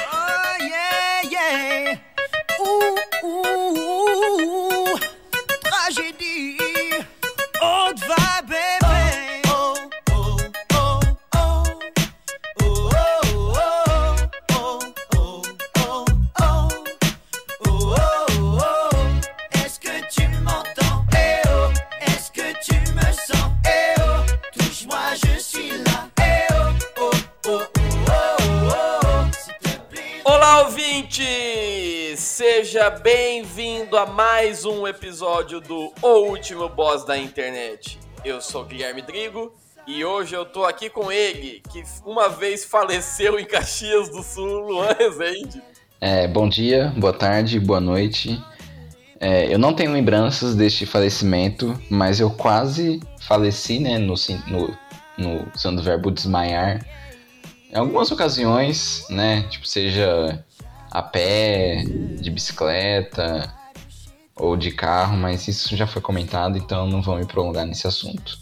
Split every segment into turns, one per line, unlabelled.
Oh, yeah, yeah. Ouh, ouh, ouh. Tragédie. On te va, bébé. Oh, oh, oh, oh. Oh, oh, oh, oh, oh, oh. Oh, oh, oh. Est-ce que tu m'entends? Eh oh. Est-ce que tu me sens? Eh oh. Touche-moi, je suis là. Eh oh, oh, oh, oh, oh, oh. S'il te plaît.
Olá, ouvinte! Seja bem-vindo a mais um episódio do O Último Boss da Internet. Eu sou Guilherme Drigo e hoje eu tô aqui com ele, que uma vez faleceu em Caxias do Sul, Luan Rezende.
É, bom dia, boa tarde, boa noite. É, eu não tenho lembranças deste falecimento, mas eu quase faleci, né, no, sen- no, no usando o verbo desmaiar. Em algumas ocasiões, né, tipo, seja a pé, de bicicleta ou de carro, mas isso já foi comentado, então não vou me prolongar nesse assunto,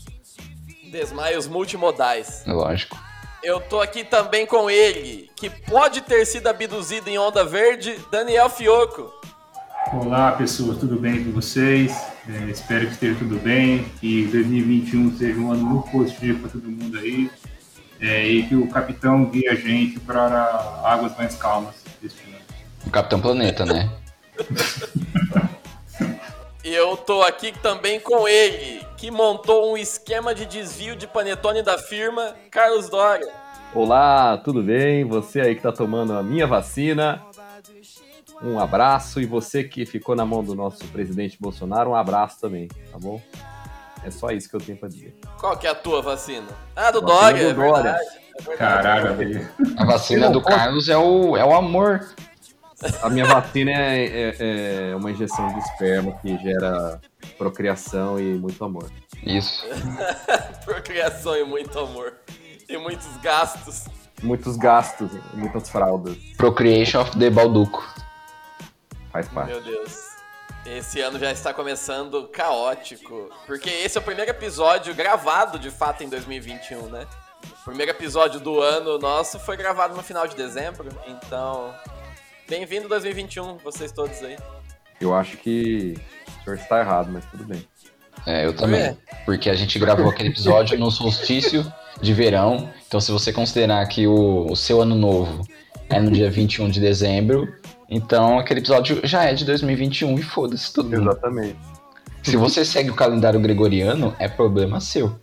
Desmaios multimodais.
é lógico.
Eu tô aqui também com ele, que pode ter sido abduzido em onda verde, Daniel Fioco.
Olá pessoal, tudo bem com vocês? É, espero que esteja tudo bem, que 2021 seja um ano muito positivo para todo mundo aí é, e que o capitão guie a gente para águas mais calmas deste ano.
O Capitão Planeta, né?
E eu tô aqui também com ele, que montou um esquema de desvio de panetone da firma, Carlos Doria.
Olá, tudo bem? Você aí que tá tomando a minha vacina, um abraço. E você que ficou na mão do nosso presidente Bolsonaro, um abraço também, tá bom? É só isso que eu tenho pra dizer.
Qual que é a tua vacina? Ah, do
Vacina
Doria, é
do Dória.
verdade. é verdade.
Caraca, velho.
A vacina do Carlos é o, é o amor.
A minha vacina é, é- é uma injeção de esperma que gera procriação e muito amor.
Isso.
Procriação e muito amor. E muitos gastos.
Muitos gastos, muitas fraldas,
Procreation of the Balduco.
faz parte.
Meu Deus. Esse ano já está começando caótico. Porque esse é o primeiro episódio gravado, de fato, em 2021, né? O primeiro episódio do ano nosso foi gravado no final de dezembro. Então, bem-vindo 2021, vocês todos aí.
Eu acho que o senhor está errado, mas tudo bem.
É, eu também.
É.
Porque a gente gravou aquele episódio no solstício de verão. Então, se você considerar que o, o seu ano novo é no dia 21 de dezembro, então aquele episódio já é de 2021 e foda-se tudo.
Exatamente.
Se você segue o calendário gregoriano, é problema seu.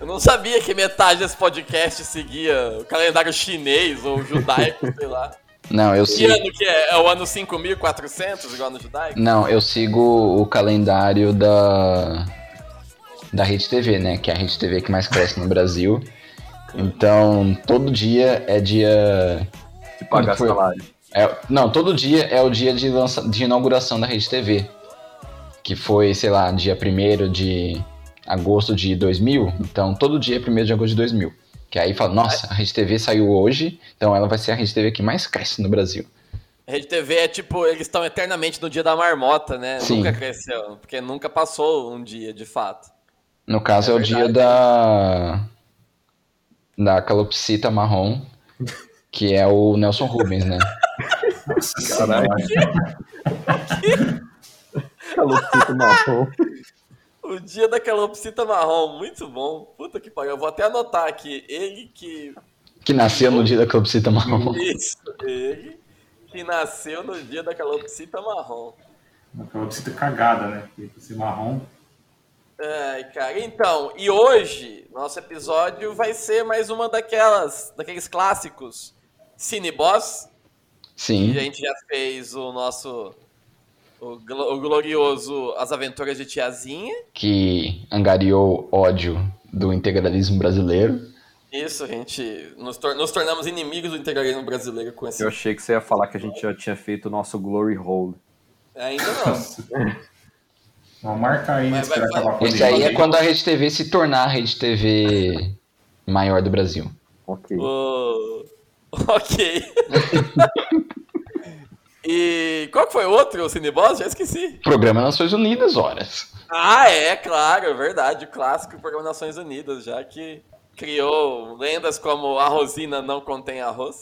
Eu não sabia que metade desse podcast seguia o calendário chinês ou judaico, sei lá.
Não, eu
Que
sigo.
ano que é? É o ano 5400, igual no judaico?
Não, eu sigo o calendário da. Da Rede TV, né? Que é a Rede TV que mais cresce no Brasil. Então, todo dia é dia
Se pagar
Quando foi?
salário.
É, não, todo dia é o dia de, lança, de inauguração da Rede TV. Que foi, sei lá, dia 1 de agosto de 2000. Então, todo dia é 1 de agosto de 2000. Que aí fala, nossa, a Rede TV saiu hoje, então ela vai ser a Rede TV que mais cresce no Brasil.
A Rede TV é tipo, eles estão eternamente no dia da marmota, né?
Sim.
Nunca cresceu, porque nunca passou um dia, de fato.
No caso, é, o dia da. Da calopsita marrom, que é o Nelson Rubens, né?
Caralho. Calopsita marrom.
O dia da calopsita marrom, muito bom. Puta que pariu, eu vou até anotar aqui. Ele que...
Que nasceu no dia da calopsita marrom.
Isso, ele que nasceu no dia da calopsita marrom.
Uma calopsita cagada, né? Porque Esse marrom.
Ai, cara, então, e hoje, nosso episódio vai ser mais uma daquelas, daqueles clássicos Cineboss, que a
Sim.
gente já fez o nosso, o, glo- o glorioso As Aventuras de Tiazinha,
Que angariou ódio do integralismo brasileiro.
isso, a gente, nos, tor- nos tornamos inimigos do integralismo brasileiro com esse,
Eu achei que você ia falar que a gente já tinha feito o nosso Glory Hole.
ainda não,
Uma marca aí
Mas
nesse
vai
cara
falar-
acabar com
Esse aí é quando a Rede TV se tornar a Rede TV maior do Brasil.
Ok.
O- Ok. E qual que foi o outro, o Cineboss? Já esqueci.
Programa Nações Unidas, horas.
Ah, é, claro, é verdade. O clássico Programa Nações Unidas, já que criou lendas como a Rosina não contém arroz.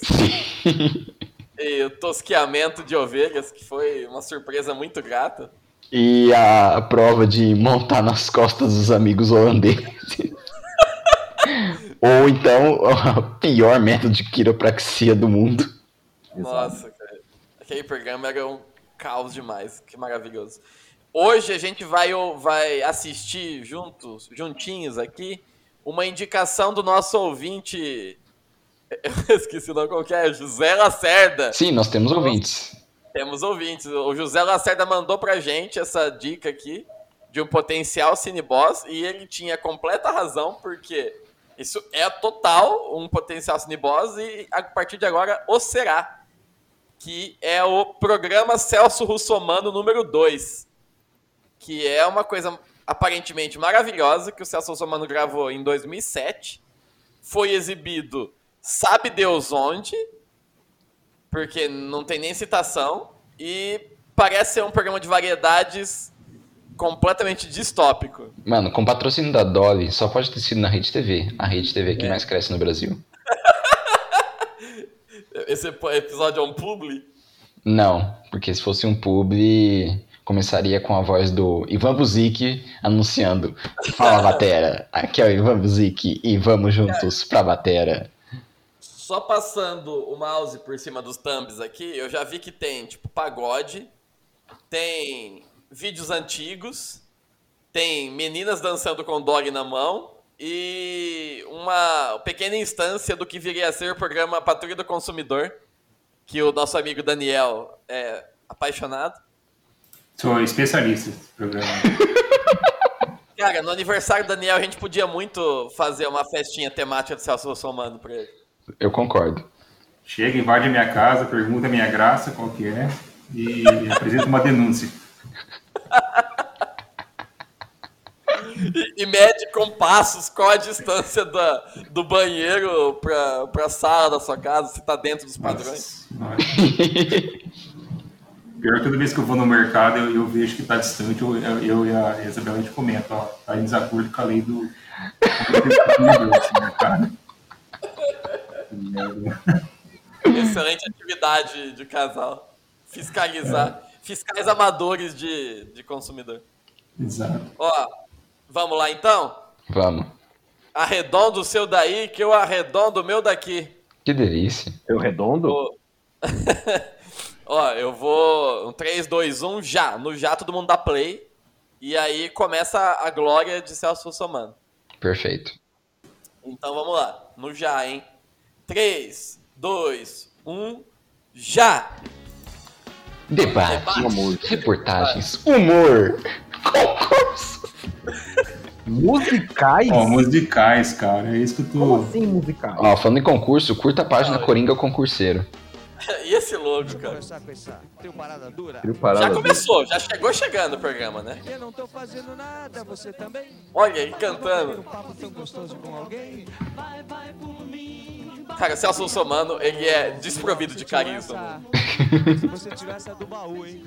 e o tosqueamento de ovelhas, que foi uma surpresa muito grata.
E a prova de montar nas costas dos amigos holandeses. Ou então, o pior método de quiropraxia do mundo.
Nossa, cara. Aquele programa era um caos demais. Que maravilhoso. Hoje a gente vai, vai assistir juntos, juntinhos aqui, uma indicação do nosso ouvinte. Eu esqueci o nome qual que é, José Lacerda.
Sim, nós temos ouvintes.
Temos ouvintes. O José Lacerda mandou pra gente essa dica aqui de um potencial cineboss e ele tinha completa razão, porque isso é total um potencial cineboss e a partir de agora o será. Que é o programa Celso Russomano número 2. Que é uma coisa aparentemente maravilhosa que o Celso Russomano gravou em 2007. Foi exibido sabe Deus onde, porque não tem nem citação, e parece ser um programa de variedades completamente distópico.
Mano, com patrocínio da Dolly, só pode ter sido na Rede TV. A Rede TV que mais cresce no Brasil.
Esse episódio é um publi?
Não, porque se fosse um publi, começaria com a voz do Ivan Buzik anunciando: Fala Batera, aqui é o Ivan Buzik e vamos juntos pra Batera
só passando o mouse por cima dos thumbs aqui, eu já vi que tem, tipo, pagode, tem vídeos antigos, tem meninas dançando com dog na mão e uma pequena instância do que viria a ser o programa Patrulha do Consumidor, que o nosso amigo Daniel é apaixonado.
Sou especialista nesse programa.
Cara, no aniversário do Daniel a gente podia muito fazer uma festinha temática do Celso Russomano pra ele.
Eu concordo.
Chega, invade a minha casa, pergunta a minha graça, qual que é, e apresenta uma denúncia.
e, e mede com passos qual a distância da, do banheiro para pra sala da sua casa, se tá dentro dos padrões.
Nossa, nossa. Pior toda vez que eu vou no mercado, eu, eu vejo que tá distante, eu, eu, eu e a Isabela a gente comenta, ó, tá em desacordo com a lei do... mercado.
Excelente atividade de casal. Fiscalizar. É. Fiscais amadores de, de consumidor.
Exato.
Ó, vamos lá então?
Vamos.
Arredondo o seu daí, que eu arredondo o meu daqui.
Que delícia.
Eu redondo? Oh.
Ó, eu vou. Um 3, 2, 1, já. No já todo mundo dá play. E aí começa a glória de Celso Russomano.
Perfeito.
Então vamos lá. No já, hein? 3, 2, 1, já!
Debate, Debate. Amor, reportagens, humor, concurso.
musicais?
Ó,
Uhum.
musicais, cara, é isso que eu tô.
Como assim, musicais?
Ó, falando em concurso, curta a página ah, Coringa Concurseiro.
e esse logo, cara?
Trio parada dura.
já começou, já chegou chegando o programa, né? Eu não tô fazendo nada, você também. Olha ele
um
cantando. Cara, Celso Somano, ele é desprovido de carisma.
Se você tirou essa do baú, hein?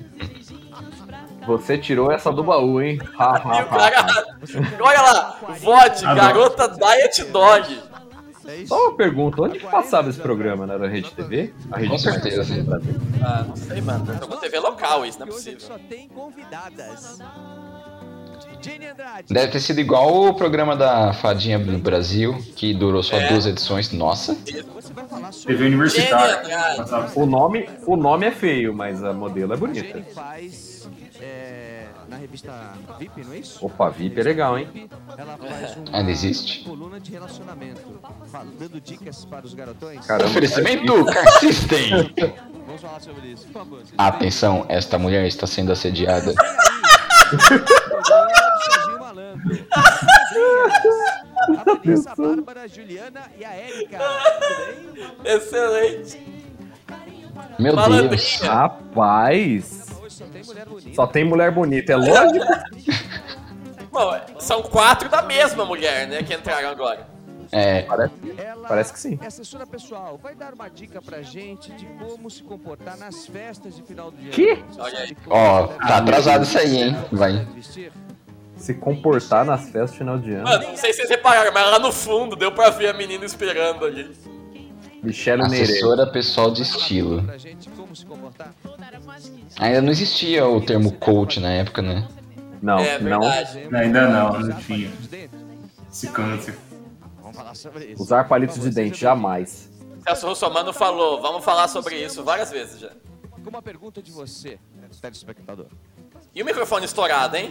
Você tirou essa do baú, hein? Ha, ha,
ha, cara, olha lá, vote, garota Diet Dog.
É
Só uma pergunta, onde que passava esse programa? Né? Era a Rede TV? A Rede
Com certeza.
Ah, não sei, mano. É uma TV local, isso não é possível.
Né?
Deve ter sido igual o programa da Fadinha do Brasil, que durou só
É.
duas edições. Nossa,
TV universitária.
Gênio Andrade.
Passava-
O nome, o nome é feio, mas a modelo é bonita.
Jenny faz é, na revista VIP, não é isso?
Opa, VIP é legal, hein?
Ela faz uma
Ainda existe?
coluna de relacionamento, fa- dando dicas para os garotões.
Caramba.
oferecimento Car System.
Vamos falar sobre isso, por favor.
Ah, Atenção, esta mulher está sendo assediada.
Programa do Serginho Malandro. A Vanessa, a Bárbara, a Juliana e a Érica. Tudo bem?
Excelente.
Meu Deus.
Malandrinha.
Rapaz,
Hoje só tem mulher bonita.
só tem mulher bonita, é lógico.
Bom, são quatro da mesma mulher, né, que entraram agora.
É,
Parece, Parece que sim.
E a é assessora pessoal vai dar uma dica pra gente de como se comportar nas festas de final do ano.
Que?
Você
Olha aí.
sabe como
Ó,
se deve
tá atrasado isso aí, hein? Vai.
vestir?
Se comportar nas festas de final de ano.
Mano, não sei se vocês repararam, mas lá no fundo deu pra ver a menina esperando ali.
Michele Neire.
Assessora pessoal de
Fala
estilo.
pra gente como se comportar.
Ainda não existia o termo coach na época, né?
Não,
é
não.
verdade.
Ainda não,
Usar
não tinha.
palitos de dente?
Esse câncer.
Vamos falar sobre isso.
Usar palitos de
Por favor,
dente,
seja
jamais.
Celso Russomano falou, vamos falar sobre isso várias vezes já.
bem-vindo. Com uma pergunta de você, telespectador.
E o microfone estourado, hein?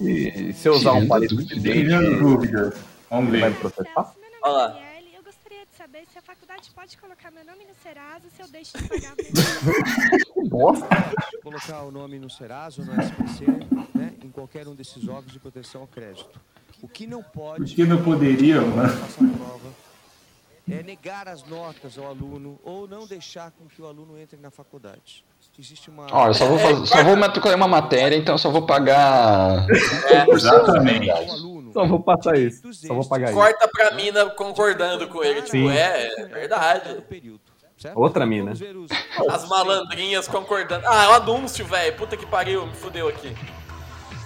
E, e se eu usar um
Tirando
palito de
dúvida.
dente,
Tirando dúvidas. Vamos
vai me
ver.
processar?
Meu nome
Olha lá.
é Daniele. Eu gostaria de saber se a faculdade pode colocar meu nome no Serasa se eu deixo de pagar. meu-
Nossa,
Colocar o nome no Serasa, no SPC, né, em qualquer um desses órgãos de proteção ao crédito. O que não
Por
pode
que não poderia, mano?
faça a prova, é negar as notas ao aluno ou não deixar com que o aluno entre na faculdade. Existe uma um
Ó, eu só vou, fazer, só vou matricular em uma matéria, então eu só vou pagar.
É,
Exatamente.
o aluno
só vou passar isso. Só vou pagar isso.
Corta pra mina concordando com ele. Tipo,
Sim.
é, é verdade.
período, certo?
Outra mina. É
Vamos ver os-
As malandrinhas concordando. Ah, é um anúncio, velho. Puta que pariu, me fudeu aqui.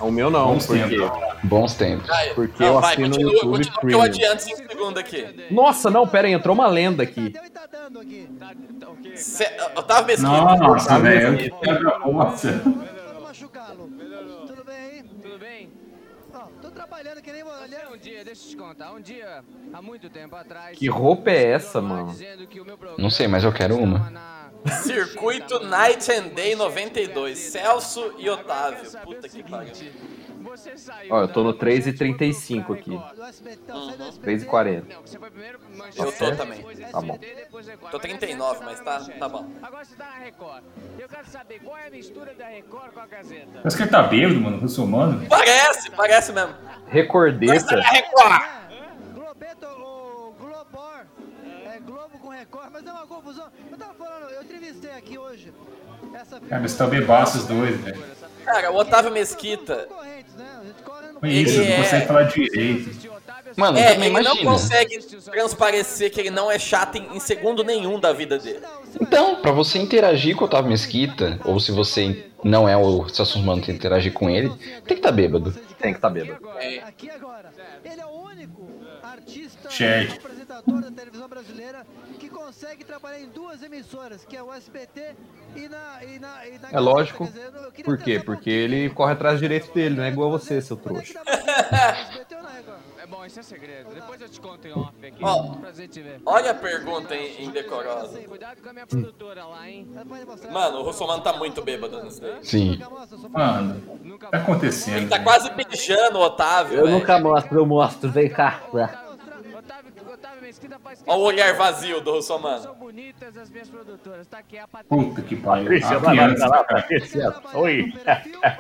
É O meu não,
Bons
porque.
tempos.
Bons tempos.
Ah, é.
Porque
Não,
eu
vai,
assino o
continua,
YouTube
continua, que eu
Premium.
adianto 5 segundos aqui.
Nossa, não, pera aí, entrou uma lenda aqui.
Então, tá
Tá,
Cê, Otávio Mesquita.
Nossa, velho. Que pedra roça.
Pra machucá-lo. Tudo bem?
Tudo bem?
Ó, tô trabalhando que nem
Olha,
olha.
um dia, deixa eu te contar, um dia, há muito tempo atrás...
Que roupa é essa, mano?
dizendo que o meu programa
Não sei, mas eu quero uma.
estava na-
Circuito Night and Day 92. Celso e Otávio. Puta que pariu.
Você saiu
Ó, eu tô
da-
no 3,35 aqui.
Do SBT, então, sai do SBT.
3,40.
Uhum. Não, você foi primeiro pro Manchete,
Eu tô também.
depois
Tá bom.
SBT, depois Record.
Tô
Mas
39,
você
mas
na
tá-
Manchete.
tá bom.
Agora você tá na Record. Eu quero saber qual é a mistura da Record com a Gazeta.
Parece que ele tá bêbado, mano. Russomano.
Parece, parece mesmo.
Recordeta.
Record.
É, Globeto ou Globor. É Globo com Record, mas é uma confusão. Eu tava falando, eu entrevistei aqui hoje.
Cara,
Essa
eles
figura-
estão bebaços os dois, né? velho.
Cara, o Otávio
São
Mesquita.
concorrentes, né? A gente corre no-
Olha isso,
Ele
não
é-
consegue falar direito.
Mano, eu
É,
também
ele não
imagino.
consegue transparecer que ele não é chato em, em segundo nenhum da vida dele.
Não, você vai-
Então, pra você interagir com o Otávio Mesquita, ou se você não é o Celso Mano que interagir com ele, tem que estar tá bêbado.
Tem que tá bêbado.
É.
Aqui agora. Ele é o único artista
Chefe.
apresentador da televisão brasileira que consegue trabalhar em duas emissoras, que é o SBT e na. E na, e na
É
Gazeta.
lógico.
Quer dizer, eu queria um
Por quê?
saber por
Porque ele corre atrás direito dele, não é igual você, seu trouxa.
Onde é que dá pra- SBT ou na Record?
É bom, isso é segredo. Depois eu te conto em off aqui.
Ó.
Prazer te ver.
Olha a pergunta in- indecorosa.
Cuidado com a minha produtora lá, hein?
Ela pode mostrar.
Mano, o Russomano tá muito bêbado nisso daí.
Sim.
Nossa, eu sou
Mano, o
Nunca
que tá acontecendo?
Ele tá quase beijando o Otávio, velho.
mostro, eu mostro, vem cá.
Otávio, Otávio, Otávio Mesquita faz
Olha o olhar vazio do Russomano.
São bonitas as minhas produtoras. Tá aqui a Patrícia.
Puta que pariu.
Patrícia,
A
vai lá, vai
criança,
lá,
cara.
Patrícia.
Oi.
Oi.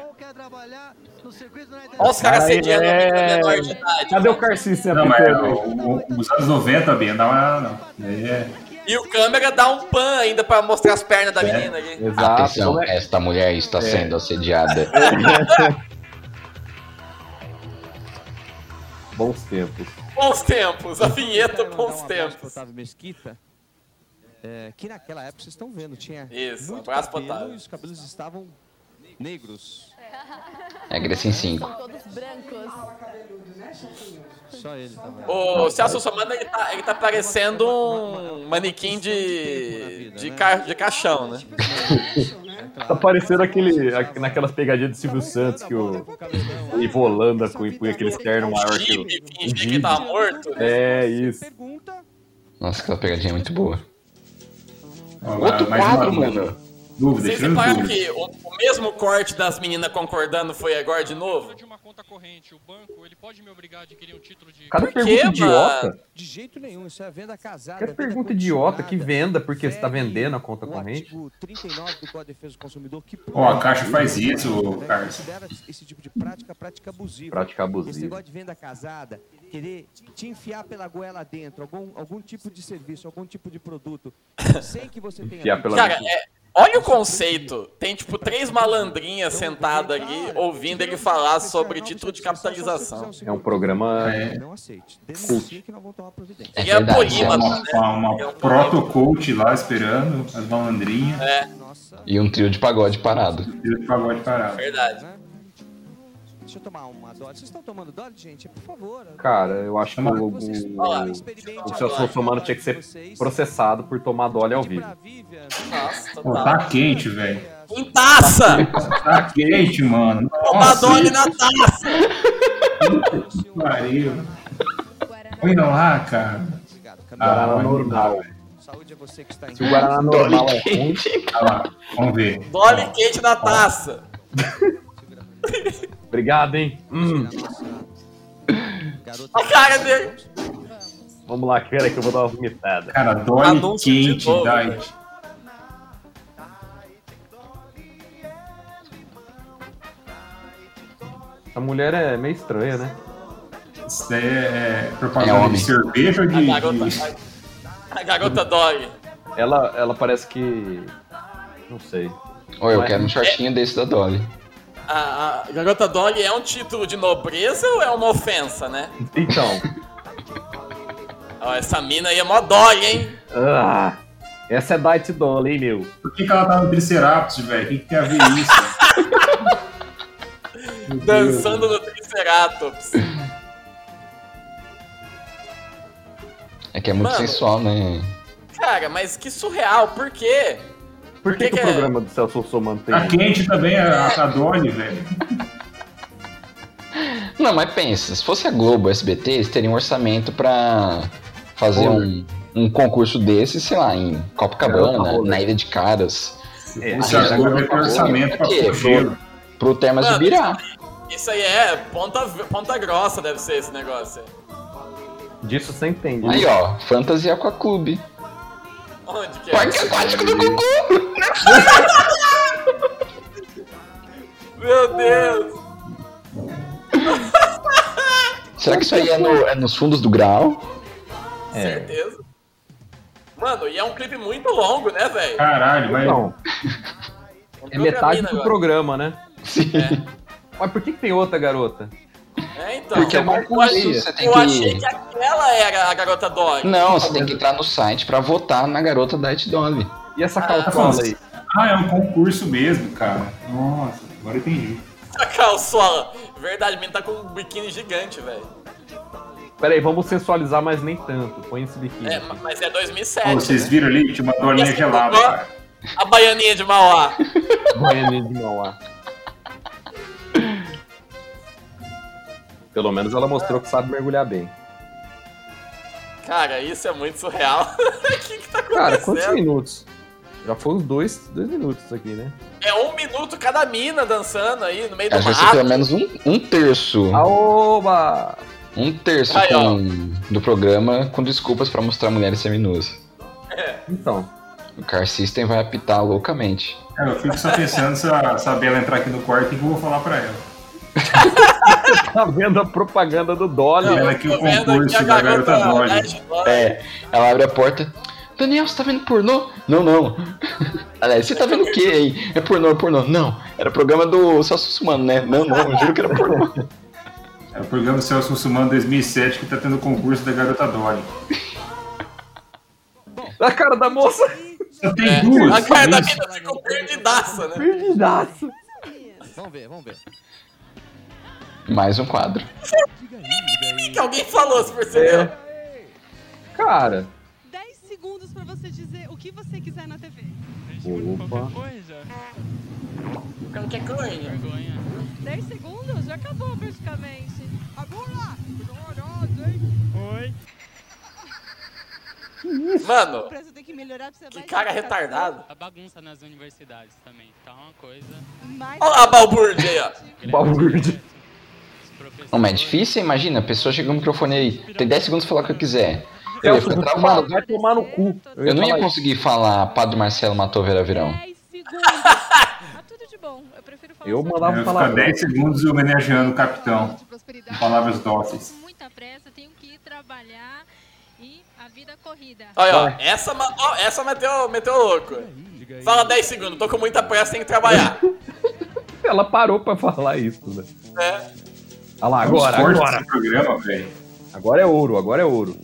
Ou quer trabalhar no né? circuito na
Olha os caras
Cara,
sediando a
ele
menina
é-
menor de idade.
Cadê o Carcício
Não, mas é
aplicando?
o- o- os anos 90, Bia, não, não, não. É,
E o câmera dá um pan ainda pra mostrar as pernas da menina ali.
Exato.
Atenção,
como é-
esta mulher está sendo assediada.
Bons tempos.
Bons tempos, a vinheta
Quero mandar
bons
um abraço pro
tempos.
Otávio Mesquita. é, que naquela época vocês estão vendo, tinha
Isso, um
muito
abraço pro
cabelo
Otávio.
e os cabelos estavam negros.
É Grécia em 5.
Todos brancos.
Só ele tava.
O Celso Somano ele tá, ele tá parecendo um manequim de, de, ca, de caixão, né?
Tá parecendo aquele, aqu- naquelas pegadinhas do Silvio Santos que o Ivolanda com com aquele terno maior que o.
Jipe, fingir que tá morto.
É isso.
Pergunta.
Nossa, aquela pegadinha é muito boa.
ó,
Outro
mais uma
quadro,
dúvida.
mano.
Dúvida,
Vocês
tirando
repararam
dúvida.
que o, o mesmo corte das meninas concordando foi agora de novo?
de uma conta corrente, o banco, ele pode me obrigar a adquirir um título de
Cada
Por quê,
pergunta
mano?
idiota.
De jeito nenhum, isso é venda casada.
Cada
venda
pergunta idiota que
condicionada.
venda, porque você tá
Segue
vendendo a conta
o
corrente.
artigo 39 do Código de Defesa do Consumidor que
Ó, a Caixa faz isso,
né,
Carlos.
Considera esse tipo de prática prática abusiva.
Prática
Esse
abusiva.
negócio de venda casada, querer te enfiar pela goela dentro, algum, algum tipo de serviço, algum tipo de produto, sem que você tenha.
Enfiar pela-
Cara, é, Olha o conceito. Tem, tipo, três malandrinhas sentadas ali, ouvindo ele falar sobre título de capitalização.
É um programa.
É.
Não aceite. Denuncie que não vão tomar providência.
É
E a
verdade. É
polímata,
uma-
Uma, uma
É um-
proto-coach lá esperando, as malandrinhas,
Nossa,
E um trio de pagode parado.
e o pagode parado.
Verdade.
né? Deixa eu tomar uma dose. Vocês estão tomando dose, gente? Por favor.
Cara, eu acho que o, o,
Vocês-
Olha lá.
experimente é
o Celso Russomano tinha que ser
Vocês-
processado por tomar dole ao
Pedir
vivo.
pra Vivian-
Nossa,
Pô,
total.
tá quente, velho.
Em taça!
Tá quente, mano.
Tomar
Nossa,
dole na taça!
que pariu. Põe não lá, cara.
Obrigado,
Ah,
Guaraná
vai
normal.
mudar, velho.
Saúde é você que está em
Se o Guaraná normal é ruim,
Olha lá, vamos ver.
Dole quente na taça!
obrigado, hein? Hum,
Garota.
A cara dele!
vamos lá, cara, que eu vou dar uma vomitada.
Cara, dói
Anúncio de
quente,
novo,
diet.
Essa mulher é meio estranha, né?
Isso daí é, é
É
propaganda
homem.
de cerveja ou de,
A garota,
de-
a, a garota dole.
Ela, ela parece que. Não sei.
Ou eu
Ué.
é-
quero um shortinho desse da Dolly.
A, a garota dole é um título de nobreza ou é uma ofensa, né?
Então.
Ó, essa mina aí é mó dole, hein?
ah, essa é Diet Dolly, hein, meu?
Por que, que ela tá no Triceratops, velho? O que, que tem a ver isso? Meu Deus.
Dançando no Triceratops.
É que é muito
Mano.
sensual, né?
Cara, mas que surreal, por quê?
Por que,
que
que,
que
o
é?
programa do Celso Russomano tem.
Tá quente também a, a Dolly, velho.
Não, mas pensa, se fosse a Globo o SBT, eles teriam um orçamento pra fazer um, um concurso desse, sei lá, em
Garota
Copacabana,
rola.
na Ilha de Caras,
É,
Esse agora vai ter orçamento pra
Aqui,
fugido.
pro Termas
Mano.
de Birá.
Isso aí é ponta, ponta grossa, deve ser esse negócio. aí.
Disso você entende. né?
Aí, ó, Fantasy Aqua Clube.
Onde que é?
Parque Aquático do Gugu!
Meu Deus!
Será que isso aí é, no- é nos fundos do grau?
É.
Certeza. Mano, e é um clipe muito longo, né, velho?
Caralho, vai.
Então,
Comprou
é
pra
metade
mina
do
agora.
programa, né?
Sim.
Mas por que, que tem outra garota?
É, então.
Porque é uma
eu achei,
coisa, você tem
eu achei
que...
que aquela era a garota dog.
Não, você tem que entrar no site pra votar na garota da It Dolly.
E essa
Tá
calçola
falando-
aí?
Ah, é um concurso mesmo, cara. Nossa, agora eu entendi.
A calçola. Verdade, o menino tá com um biquíni gigante, velho.
Pera aí, vamos sensualizar, mas nem tanto. Põe esse biquíni.
É, ma- mas é
Pô,
2007.
vocês
né?
viram ali? Tinha uma dolinha
Essa
gelada,
agora-
cara.
A baianinha de Mauá.
Goiânia de Mauá. Pelo menos ela mostrou que sabe mergulhar bem.
Cara, isso é muito surreal. O que que tá
Cara, quantos
acontecendo?
minutos? Já foi uns dois, dois minutos isso aqui, né?
é um minuto cada mina dançando aí no meio do
Acho que vai ser pelo
mato.
menos um, um terço.
Aoba!
Um terço
Aí, ó.
com- do programa com desculpas pra mostrar mulheres seminuas.
Então,
O Car System vai apitar loucamente.
Cara, eu fico só pensando se a Sabela entrar aqui no quarto, o que que eu vou falar pra ela?
tá vendo a propaganda do Dolly?
Eu
Não. Ela
tô
que o
vendo
concurso
aqui a
da garota Dolly.
da Ed Dolly.
É, ela abre a porta. Daniel, você tá vendo pornô? Não, não. Aliás, você tá vendo o quê, hein? É pornô, é pornô. Não, era programa do Celso Sumano, né? Não, não, eu juro que era pornô.
É o programa Celso Mussumano 2007 que tá tendo o concurso da Garota Dolly.
A cara da moça!
Só tem
É,
duas.
A cara da
isso.
mina ficou perdidaça, né?
Perdidaço!
Vamos ver, vamos ver.
Mais um quadro.
Que alguém falou,
É.
se percebeu?
Cara,
10 segundos pra você dizer o que você quiser na TV.
Opa.
Qualquer coisa.
Qualquer coisa.
Vergonha.
10 segundos? Já acabou praticamente. Agora!
Oi.
Mano,
preço tem que melhorar pra você
que
mais-
cara retardado.
A bagunça nas universidades também. Tá uma coisa.
é
Mais-
Olha lá a balbúrdia aí, ó.
é balbúrdia.
Os professores-
Não, mas é difícil, imagina. A pessoa chega no microfone aí, tem 10 segundos pra falar o que eu quiser. Eu ia
Celso
ficar
Russomano,
travado.
vai tomar no cu.
Eu não
falar
ia
isso.
conseguir falar Padre Marcelo matou Vera Virão.
10 segundos. tá tudo de bom. Eu prefiro falar
Eu
sobre-
mandava
Eu vou
falar.
ficar 10 segundos homenageando o capitão.
de prosperidade.
Palavras dóceis.
Com muita pressa, tenho que ir trabalhar e a vida corrida.
Olha, ó, essa, ma- ó, essa meteu, meteu louco. Fala 10 segundos, tô com muita pressa, tem que trabalhar.
Ela parou pra falar isso, né?
né?
Olha lá, agora,
Corta
agora.
esse programa, velho.
Agora é ouro, agora é ouro.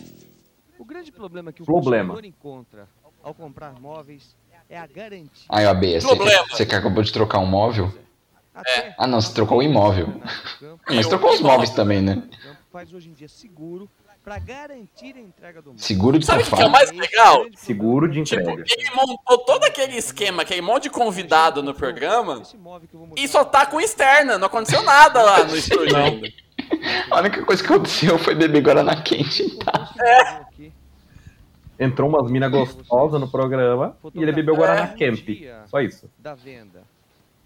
O grande problema que o
Problema.
consumidor encontra ao comprar móveis é a garantia.
Aí, ó, B,
Problema.
você que acabou de trocar um móvel?
É.
Até
Ah, não, você trocou o imóvel.
o campo,
Mas trocou os móveis também, né?
o campo faz hoje em dia seguro para garantir a entrega do móvel.
Seguro de
Sabe o que é o
safado.
mais legal?
Seguro de
Tipo,
entrega.
ele montou todo aquele esquema, aquele monte de convidado no programa,
Esse móvel que eu vou mostrar
e só tá com externa, não aconteceu nada lá no estúdio ainda.
A única coisa que aconteceu foi beber Guaraná quente.
é. aqui.
Entrou umas minas gostosas no programa e ele bebeu Guaraná
É,
Camp. Só isso.
da venda.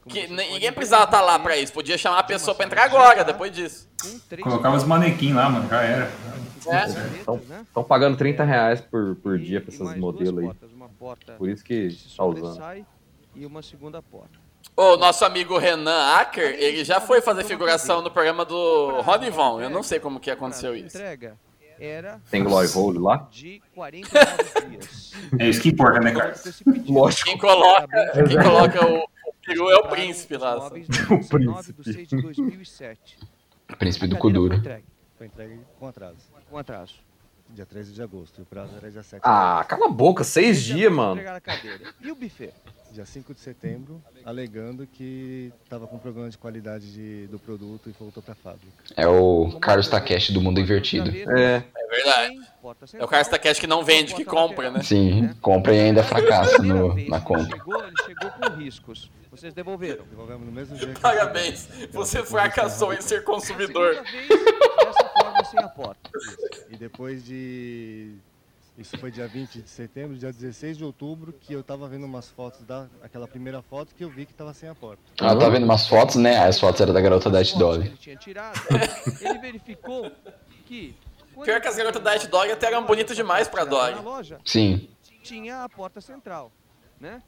Como
Que
vocês
nem-
podem
ninguém precisava estar lá
ver,
pra isso, podia chamar a pessoa pra entrar agora, depois disso.
um três
Colocava os manequim lá, mano, já era.
letras,
Então-
né?
Estão pagando 30 reais por, por
E-
dia
né?
pra
e
esses
mais
modelos
duas
aí.
portas, uma porta
Por isso que
que se
tá usando.
sobressai e uma segunda porta.
O nosso amigo Renan Acker, ele já foi fazer figuração no programa do Rodivon. Eu não sei como que aconteceu
A
isso.
entrega era
Tem Glory Hole lá?
de 49 dias.
É isso que importa, né, cara?
Com esse pedido,
Lógico.
Quem coloca, quem coloca o, o peru é o príncipe lá.
compraram os
só.
móveis no dia 19 de
príncipe.
6 de 2007.
Príncipe do
A cadeira
cu
foi
duro.
entregue
Foi entregue com atraso.
Com atraso.
Dia 13 de agosto. E o prazo era dia 7
Ah, cala a boca, seis dias, mano.
Entregaram a cadeira. E o buffet?
dia 5 de setembro, alegando que estava com problema de qualidade de- do produto e voltou para a fábrica.
É o Carlos Takeshi do mundo invertido.
É.
É verdade. É o cara que tá quieto que não vende, que compra, né?
Sim, compra e ainda fracassa no- na
conta. Ele
compra.
chegou, ele chegou com riscos. Vocês devolveram.
Devolvemos no mesmo dia que.
Parabéns, você fracassou em ser consumidor.
Segunda vez, dessa forma, sem a porta.
E depois de. Isso foi dia 20 de setembro, dia 16 de outubro, que eu tava vendo umas fotos da. aquela primeira foto que eu vi que tava sem a porta.
Ela tá vendo umas fotos, né? Aí As fotos eram da garota da
As
Hot
fotos que
Dolly.
Ele tinha tirado, ele verificou que... quando
Pior que as garotas da Hot Dog até eram bonitas demais pra Dog.
Na loja,
Sim.
tinha a porta central, né?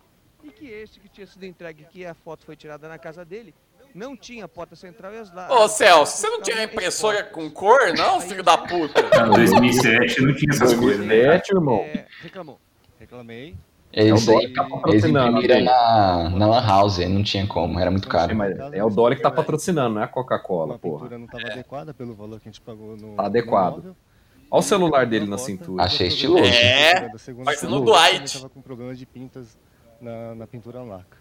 E que esse que tinha sido entregue, que a foto foi tirada na casa dele, não tinha a porta central e as lá.
Ô Celso, você não tinha uma impressora com cor, não, filho da puta?
Não, 2007 não tinha essas coisas, né? cara?
Net, irmão.
É, reclamou.
Reclamei.
Eles,
É o Dória que tá
eles
patrocinando,
imprimiram
né?
na, na Lan House, não tinha como, era muito
É,
caro.
mas é o Dolly que tá patrocinando, não é a
Uma
Coca-Cola, porra.
pintura não tava adequada pelo valor que a gente pagou no.
Tá adequado.
no móvel.
Olha o celular dele na cintura.
Achei estiloso.
É, parecendo o Dwight.
Eu tava com problema de pintas na, na pintura laca.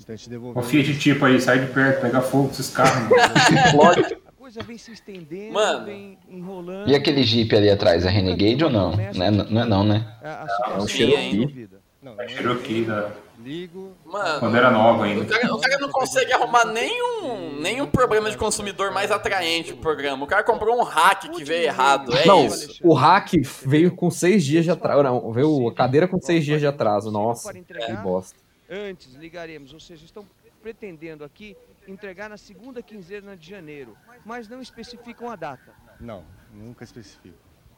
Então a gente devolveu.
Ó, Fiat tipo aí, sai de perto, pega fogo esses carros, mano.
A coisa vem se estendendo,
Mano.
vem enrolando.
E aquele Jeep ali atrás, é Renegade ou não? Não é não, é não né?
A, a situação
É um
não
Cherokee.
resolvida.
Não, não é-
Cherokee, da...
Ligo.
Mano,
quando era nova
o
ainda.
cara, o cara não consegue arrumar nenhum, nenhum problema de consumidor mais atraente pro programa. O cara comprou um hack que veio errado, é
Não,
isso.
o hack veio com seis dias de atraso. Não, veio a cadeira com seis dias de atraso. Nossa, que bosta.
Antes ligaremos, ou seja, estão pretendendo aqui entregar na segunda quinzena de janeiro, mas não especificam a data.
Não, nunca especifico.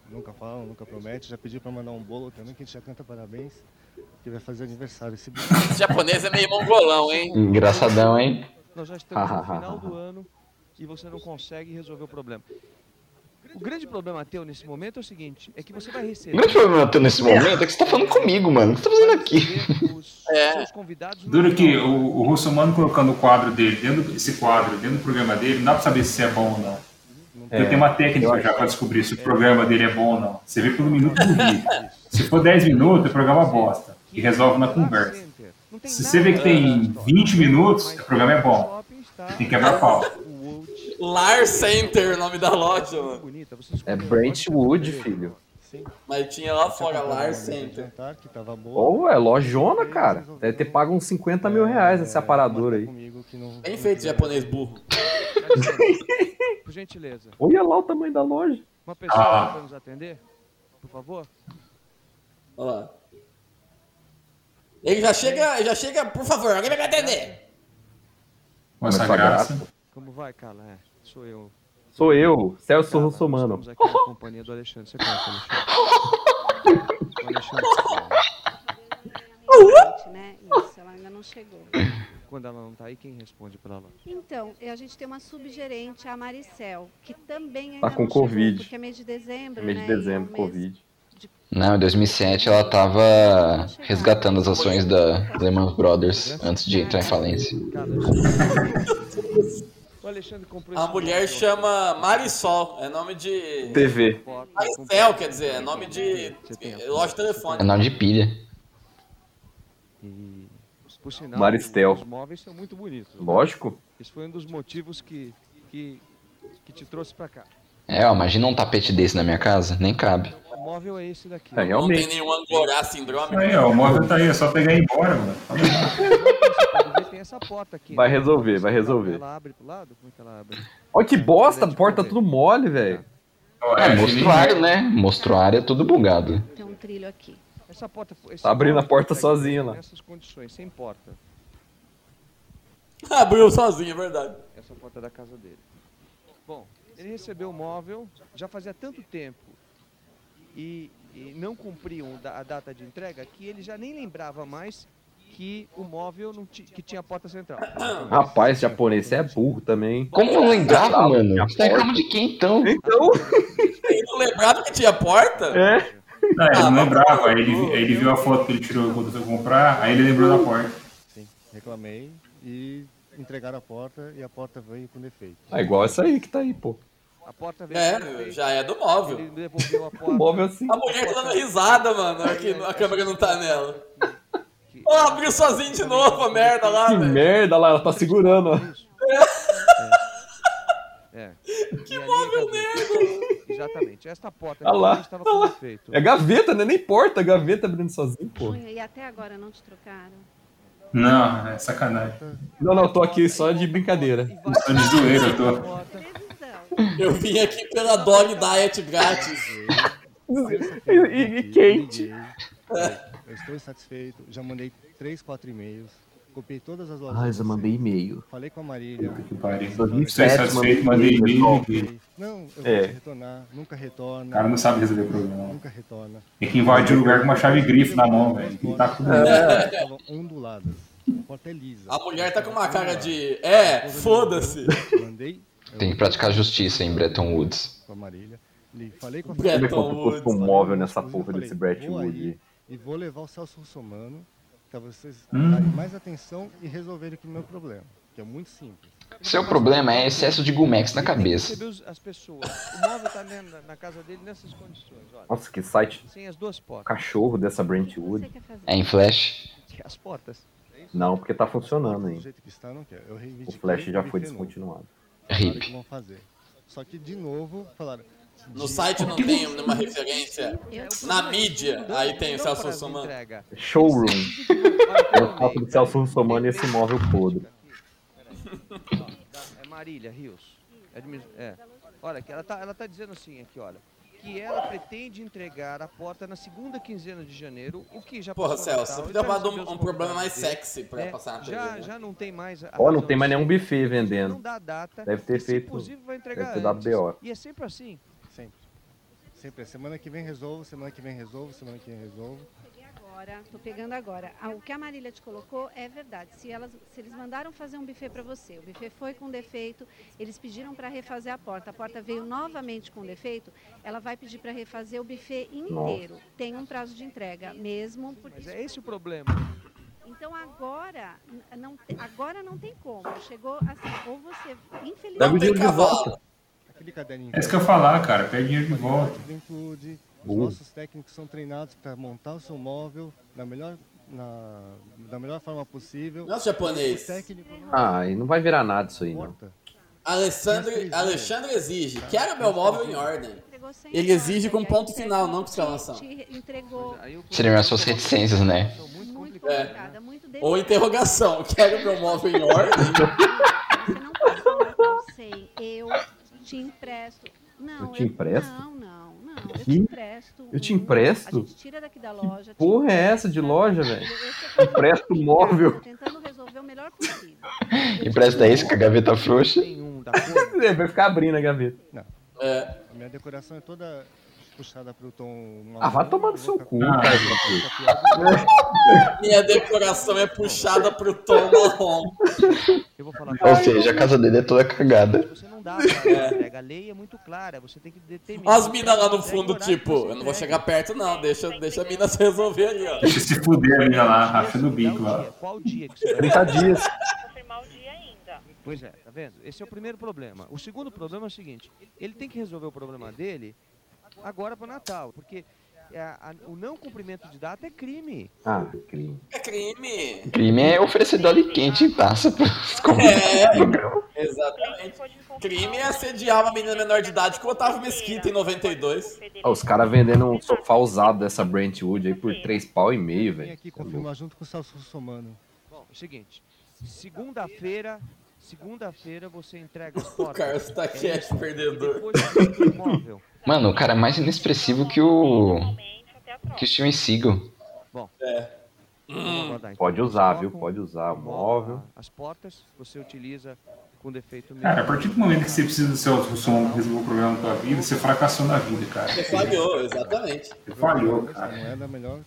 Nunca falam, nunca promete. Já pedi pra mandar um bolo também, que a gente já canta parabéns. Que vai fazer aniversário esse bolo.
Esse japonês é meio mongolão, hein?
Engraçadão, hein?
Nós já estamos
Ah,
no final do ano e você não consegue resolver o problema. O grande problema teu nesse momento é o seguinte, é que você vai
O
receber
grande problema teu nesse momento é que você tá falando comigo, mano. O que você tá fazendo aqui?
os
É.
seus convidados no
Duro que
final.
o, o Russomano colocando o quadro dele, dentro do- esse quadro, dentro do programa dele, não dá pra saber se é bom ou não.
É.
Eu tenho uma técnica já pra descobrir se o programa dele é bom ou não. Você vê pelo minuto do vídeo. Se for 10 minutos, o programa é bosta. E resolve na conversa. Se você vê que tem 20 minutos, o programa é bom. Tem que quebrar pau.
Lar Center, o nome da loja, mano.
É Brentwood, filho.
Mas tinha lá fora, Lar
Tinha
Center.
jantar, que tava bom.
Ou é lojona, cara. Deve ter pago uns 50 mil reais nesse aparador aí.
Comigo, que não-
Bem feito, japonês burro.
Por gentileza,
Olha lá o tamanho da loja.
uma pessoa
Ah.
para nos atender, por favor.
Olha lá. Ele já chega, já chega, por favor, alguém vai me atender.
Com essa
Essa
graça.
graça.
Como vai, Carla? É, sou eu.
Sou eu,
Carla,
Celso
Tá, nós
Russomano.
Estamos aqui na companhia do Alexandre. Você conhece o Alexandre? O Alexandre,
né? Isso, ela ainda não chegou.
quando ela não tá aí, quem responde pra ela?
Então, eh, a gente tem uma subgerente, a Maricel, que também
Tá
ainda
com
não chegou,
Covid.
porque é mês de dezembro,
Mês
né?
de
e é um
dezembro,
mês
Covid.
de
Não, em 2007 ela tava resgatando as ações da Lehman Brothers antes de entrar em falência.
A mulher chama Marisol, é nome de.
TV.
Maricel, quer dizer, é nome de. Loja de telefone.
É nome de pilha.
Por sinal,
Maristel.
os móveis são muito bonitos.
Lógico.
Esse foi um dos motivos que, que, que te trouxe pra cá.
É, ó, imagina um tapete desse na minha casa, nem cabe.
O móvel é esse daqui.
É, realmente.
Não tem nenhum angorá sindrômico.
Aí, ó, o móvel tá aí, é só pegar e ir embora, mano.
Tem essa porta aqui. né?
Vai resolver, vai resolver.
Ela abre pro lado? Como é que ela abre?
Olha que bosta, a porta tá tudo mole, velho.
É, mostruário, né? Mostruário é tudo bugado.
Tem um trilho aqui.
Essa porta foi. esse
Tá abrindo a
móvel
porta
tá aqui
sozinha lá.
Nessas condições, sem porta.
Abriu sozinho, é verdade.
Essa porta é da casa dele. Bom, ele recebeu o móvel já fazia tanto tempo e, e não cumpriam da- a data de entrega que ele já nem lembrava mais que o móvel não ti- que tinha porta central.
Rapaz, japonês, você é burro também. hein?
Como eu não lembrava, mano?
Minha
Você tá reclamando de quem então?
Então,
Ele não lembrava que tinha porta?
é.
Não, ele não lembrava, aí ele, aí ele viu a foto que ele tirou quando foi comprar, aí ele lembrou da porta.
Reclamei e entregaram a porta e a porta veio com defeito.
É igual essa aí que tá aí, pô.
A porta veio.
É, já é do móvel.
Ele devolveu a
O
porta.
móvel assim.
A mulher tá dando risada, mano, aqui a câmera não tá nela. Ó, abriu sozinho de novo a merda lá,
Que
velho.
merda lá, ela tá segurando. ó.
É. Que móvel mesmo! Exatamente. Esta porta
Ah lá,
aqui estava com defeito.
É gaveta, né? Nem porta, gaveta abrindo sozinho, pô.
Júnior, E até agora não te trocaram?
Não, é sacanagem.
Não, não, eu tô aqui só de brincadeira.
Vai
Só de zoeira, eu tô.
porta.
Previsão.
Eu vim aqui pela Dog Diet grátis.
E, e- e quente.
Eu estou insatisfeito, já mandei três, quatro e-mails, copiei todas as lojas.
Ah,
que
já
eu
mandei
sei,
e-mail.
Falei com a Marília.
Que pariu. Estou
2007,
é insatisfeito,
mano.
mandei e-mail. e-
Não, eu vou
É.
te retornar, nunca
O
retorna.
cara não sabe resolver problema.
Nunca retorna.
Tem que invadir o lugar com uma chave grifo na mão, velho. Tem que tá tudo bem.
É.
Estavam onduladas. A porta é lisa.
A mulher tá com uma cara de. É, foda-se.
Mandei. eu
Tem que praticar justiça em Bretton Woods.
Com a Marília. Li- Falei com a
Bretton
Olha quanto
Woods.
custa um móvel nessa porra desse Brett Wood.
E vou levar o Celso Russomano pra vocês
Hum?
darem mais atenção e resolverem aqui o meu problema. Que é muito simples.
Seu problema é excesso de Gumex na cabeça.
Recebeu os- as pessoas. O móvel tá né, na, na casa dele nessas condições, olha.
Nossa, que site
Sem as duas portas.
cachorro dessa
O
Brent
que você
Wood.
quer fazer?
É em flash?
As portas.
Não, porque tá funcionando,
Do
hein?
jeito que está, não quer. Eu
O
reivindiquei
Flash já
e
foi
fui novo.
descontinuado.
Falaram
Hip.
que vão fazer. Só que, de novo, falaram...
No site não tem nenhuma referência.
Eu
Na mídia, aí tem o Celso Somano.
Showroom. É o papo do Celso Russomano e esse móvel podre.
É Marília Rios. É admi- É. Olha, que ela tá, ela tá dizendo assim aqui, olha. Que ela pretende entregar a porta na segunda quinzena de janeiro, o que já
Porra,
passou o
Celso,
Natal,
podia
então
falar de
recebeu os
um, um problema
convidados
mais
dele.
sexy pra
É,
passar na TV.
já,
né?
já não tem mais. a
Ó, não
razão
tem mais
de
nenhum
ser.
buffet
Não
vendendo.
dá data.
Deve ter
e, se
feito-
possível, vai entregar
deve ter dado
antes.
BO.
E é sempre assim.
Sempre. Sempre. "É, Semana que vem resolvo, semana que vem resolvo, semana que vem resolvo.
peguei agora, tô pegando agora. Ah, O que a Marília te colocou é verdade. Se, elas, se eles mandaram fazer um buffet para você, o buffet foi com defeito, eles pediram para refazer a porta, a porta veio novamente com defeito, ela vai pedir para refazer o buffet inteiro. Tem um prazo de entrega, mesmo porque
Mas é esse o problema.
é
então agora n- não, te- agora não tem como. Chegou assim, ou você,
Pega o
infelizmente,
dinheiro de volta.
Aquele caderninho...
É isso que eu ia falar, cara. Pede dinheiro de volta.
Tudo include. Os
Uh.
nossos técnicos são treinados para montar o seu móvel na melhor, na, da melhor forma possível.
Nossa,
O
japonês.
técnico não
Ah, e não vai virar nada isso aí, não.
importa.
Alessandre, Alexandre exige. Quero meu móvel em ordem.
entregou sem
Ele exige
nota,
com
e aí
ponto
o
final,
técnico
não com exclamação.
te- te Entregou
Aí o é
Seriam as suas reticências, né?
são muito
muito
complicado.
complicada, muito
Ou
delicada.
interrogação. Quero meu móvel em ordem.
Você não pode falar que eu sei. Eu te empresto. Não,
Eu te empresto?
Não, não, não. Eu
Que?
te empresto.
Eu te
um,
empresto?
A gente tira daqui da loja. te
Porra, é essa de loja, velho? Empresto móvel.
Tô tentando resolver o melhor possível.
Empresta esse com a gaveta frouxa.
Nenhum tá da cor.
Vai ficar abrindo a gaveta.
A minha decoração é toda puxada pro tom.
Ah, vai tomar no seu cu, Ah,
Ah,
cara.
Minha decoração é puxada pro tom marrom.
Eu vou falar.
Ou seja, a casa dele é toda cagada.
Você não dá pra entrega. A lei é muito clara. Você tem que determinar.
As minas lá no fundo, tipo, eu não vou chegar perto, não. Deixa, deixa a mina se resolver ali, ó.
Deixa se fuder ali, olha lá, racha no bico lá.
Qual assim, dia que você vai
30 dias.
Confirmar o dia ainda.
Pois é, tá vendo? Esse é o primeiro problema. O segundo problema é o seguinte: ele tem que resolver o problema dele agora pro Natal, porque é, a- o não cumprimento de data é crime.
Ah, crime.
É crime.
Crime é oferecer dole quente e taça pros convidados.
É, exatamente. Crime é assediar uma menina menor de idade que o Otávio Mesquita em 92.
Ah, os caras vendendo um sofá usado dessa Brentwood aí por 3 pau e meio, velho. é
Confirmar junto com o Celso Somano.
Bom, é o seguinte: segunda-feira, segunda-feira você entrega as portas.
Carlos tá
É isso.
quieto, perdedor.
Mano, o cara é mais inexpressivo que o. Que o Steven Seagal.
Bom,
é.
Hum,
então.
Pode usar, viu?
um
Pode usar o móvel.
As portas você utiliza com defeito mesmo.
Cara, a partir do momento que você precisa do Celso Russomano pra resolver o problema da tua vida, você fracassou na vida, cara.
Você falhou, exatamente.
Você falhou, cara.
Não era é a melhor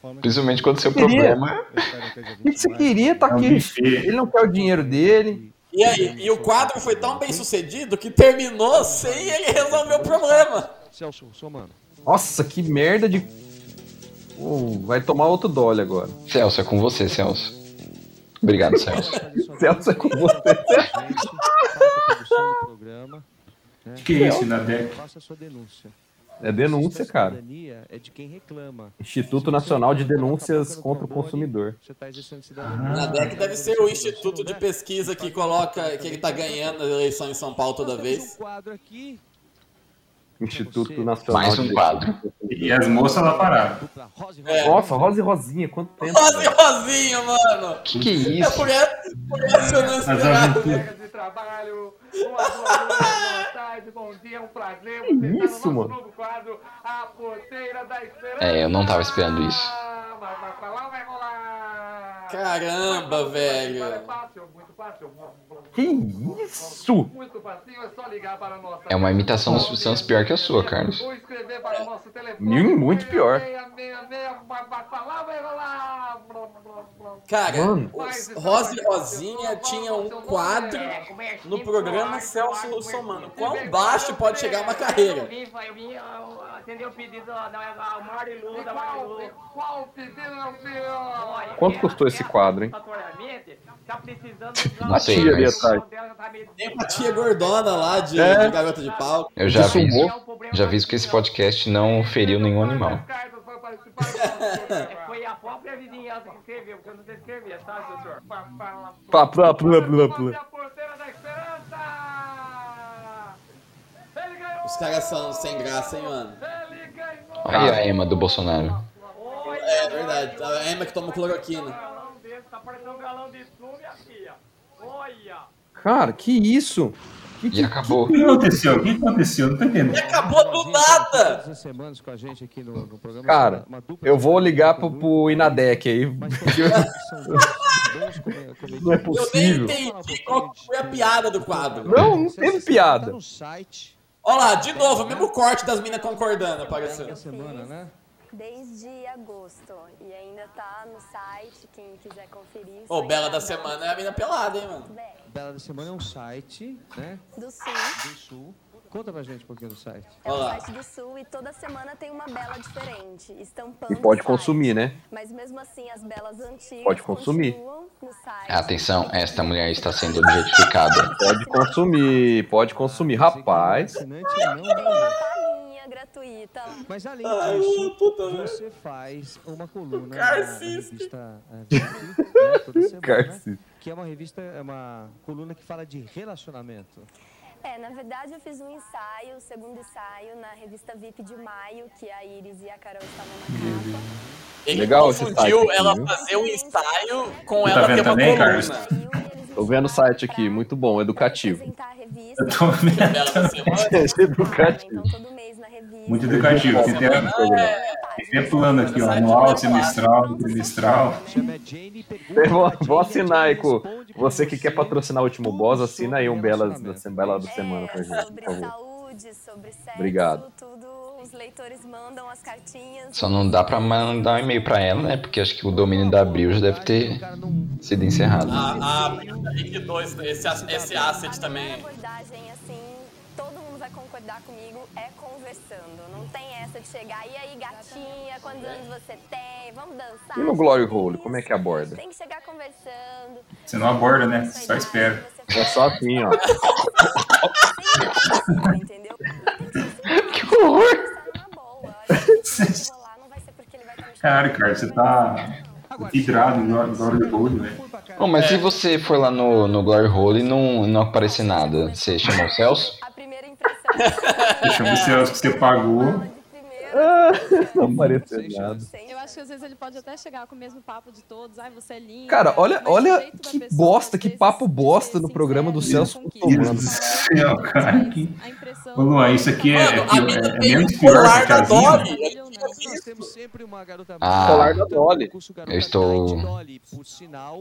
forma
Principalmente quando seu
Queria.
problema.
O que que você queria? Tá aqui. Ele não quer o dinheiro dele.
E aí, e o quadro foi tão bem sucedido que terminou sem ele resolver o problema.
Celso, somando.
Nossa, que merda de. Ô, vai tomar outro dole agora.
Celso, é com você, Celso. Obrigado, Celso.
Celso é com você.
produção do programa. né?
Que isso, Nadec?
Faça a sua denúncia.
É denúncia,
A
cara.
cidadania é de quem reclama.
Instituto Nacional de Denúncias contra o Consumidor.
Você está exercendo
Ah.
cidadania. né?
Na DEC deve ser o instituto de pesquisa que coloca que ele tá ganhando a eleição em São Paulo toda
um
vez.
Instituto Nacional
Mais um
de
quadro.
E as moças lá pararam.
É,
Nossa, Rosa e Rosinha, quanto tempo.
Rosa e Rosinha, mano!
Que que é
É
isso?
por essa, por essa eu não esperava.
um tá
Que isso, mano?
É, eu não tava esperando isso.
Caramba, velho.
é
Que isso?
É uma imitação do Silvio Santos pior que a sua, Carlos.
Hum, Muito pior.
Cara,
Mano.
os Rosa e Rosinha tinha um quadro no programa Celso Russomano. Quão baixo pode
é,
chegar uma carreira?
Eu vim atender o pedido da Marilu, da Marilu. Qual o pedido, meu filho?
Quanto custou esse quadro, hein?
Tá precisando
Não sei,
Tia ali
mas
atrás.
tá
Tem uma tia gordona lá de,
É.
de garota de pau.
eu já vi,
um
já vi que esse um podcast não feriu nenhum animal.
É, Foi a própria vizinhança que escreveu, porque eu não sei escrever, tá, sabe, seu senhor?
Pá, plá, plá, plá,
é
plá.
Os caras são sem graça, hein, mano?
Olha a Ema do Bolsonaro.
É verdade. A Emma que toma cloroquina.
Cara, que isso? Que,
E
que...
acabou.
O que aconteceu? O que aconteceu? Não tô entendendo. Tipo,
Acabou do nada!
Todas as semanas com a gente aqui no, no programa.
Cara,
Uma dupla
Eu
de
vou ligar pro,
produtos,
pro Inadec aí.
mas um
porque
são dois- dois come- comediantes.
Não é
Eu nem
possível.
entendi qual foi a piada do quadro.
Não, não
Você-
teve
você Tá
piada.
no site
Olha lá, de novo, o mesmo corte das minas concordando, apareceu.
da semana, né?
Desde agosto. E ainda tá no site, quem quiser conferir.
Ô, Bela da Semana é a mina pelada, hein, mano?
Bela da Semana é um site, né?
Do Sul.
Do Sul. Conta pra gente um pouquinho do site.
É um
Olá.
site do Sul e toda semana tem uma bela diferente, estampando.
E pode
o site.
consumir, né?
Mas mesmo assim, as belas antigas
Pode consumir.
continuam no site.
Atenção, esta mulher está sendo objetificada.
Pode consumir, pode consumir. Rapaz,
um Assinante não é.
Palhinha gratuita.
Mas além
Ai,
disso,
puta, velho.
você faz uma coluna na, na
Carcista.
revista eh, Vicky, né, toda semana,
Carcista.
que é uma revista, é uma coluna que fala de relacionamento.
É, na verdade eu fiz um ensaio, o segundo ensaio, na revista VIP de maio, que a Iris e a Carol estavam na capa.
Ele
Legal esse
confundiu
site,
ela
viu?
fazer um ensaio com
Tá
ela
vendo
ter uma
também,
coluna.
Carlos?
um
tô vendo o site aqui, muito bom, educativo.
Apresentar a revista. né?
Eu tô vendo.
Bela da Semana.
educativo.
Então todo mês na revista.
Muito educativo. Tem até, tem até plano aqui, ó. Anual, semestral, um trimestral.
Chama Jane e pergunta.
Eu vou,
pra Jane,
vou
a
assinar aí,
Jane
com
responde pra
Você que quer
você.
patrocinar o último boss, assina aí um Belas da, Sem- Bela da
É,
Semana pra gente, por
sobre
favor.
saúde, nudes, sobre sexo,
Obrigado.
tudo. Os leitores mandam as cartinhas.
Só não dá pra mandar um e-mail pra ela, né? Porque acho que o domínio da Abril já deve ter sido encerrado.
A, a Blink 2, esse, as- esse asset também.
é abordagem assim, todo mundo vai concordar comigo, é conversando. Não tem essa de chegar, e aí gatinha, quantos anos você tem? Vamos dançar.
E no Glory Hole, como é que aborda?
Tem que chegar conversando.
Você não aborda, né? Você Só espera.
É só assim, ó.
que horror!
é
Caralho, cara, você tá vidrado no Glory Hole, velho.
Bom, mas se você for lá no, no Glory Hole e não, não aparecer nada, você chamou o Celso?
Chama o Celso é que você pagou.
Não apareceu nada.
Eu acho que às vezes ele pode até chegar com o mesmo papo de todos. Ai, você é linda.
Cara, olha,
Mas o
olha
jeito da
que
pessoa-
bosta, que papo bosta no programa do Celso
Deus
Tomando.
do céu, cara. Que... Ô, Luan, isso aqui é, é,
Mano, a
pior-
mina
é- é
tem
menos
um
pior
colar
que
da
casinha.
Dolly.
Ah, eu estou.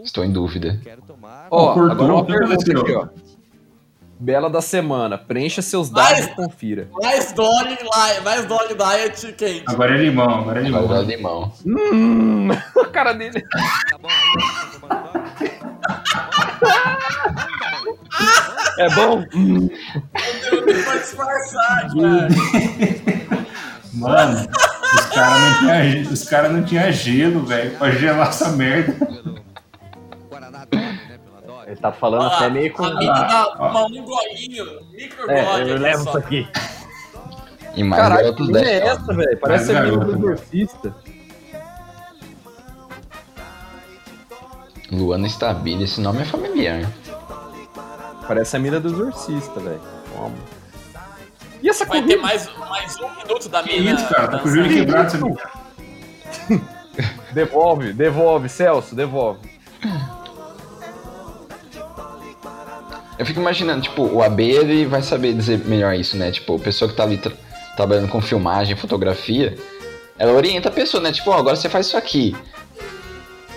Estou em dúvida.
Ó,
Cortou,
agora uma
o que
pergunta aqui,
aconteceu?
assim, ó. Bela da semana. Preencha seus dados e confira.
Mais Dolly, li- mais Dolly Diet quente.
Agora é limão, agora é limão.
Agora é limão.
Hum, a cara dele. É bom?
Meu Deus, vai disfarçar,
Mano, os caras não tinham cara não tinha gelo, velho, pra gelar essa merda.
né,
Ele tá falando até meio com.
A mina dá uma, um golinho, micro gole.
É,
olha
eu levo
só.
isso aqui.
E mais
Caraca,
garotos
que mina é
dez.
essa, velho? Parece a
Mais
mina do
garoto.
exorcista.
Luana Stabile, esse nome é familiar.
Parece a mina do exorcista, velho. Toma. E essa
Vai ter mais, mais um minuto da mina.
Tá
dançando.
Devolve, devolve, Celso, devolve.
Eu fico imaginando, tipo, o AB ele vai saber dizer melhor isso, né? Tipo, a pessoa que tá ali tra- trabalhando com filmagem, fotografia, ela orienta a pessoa, né? Tipo, ó, agora você faz isso aqui.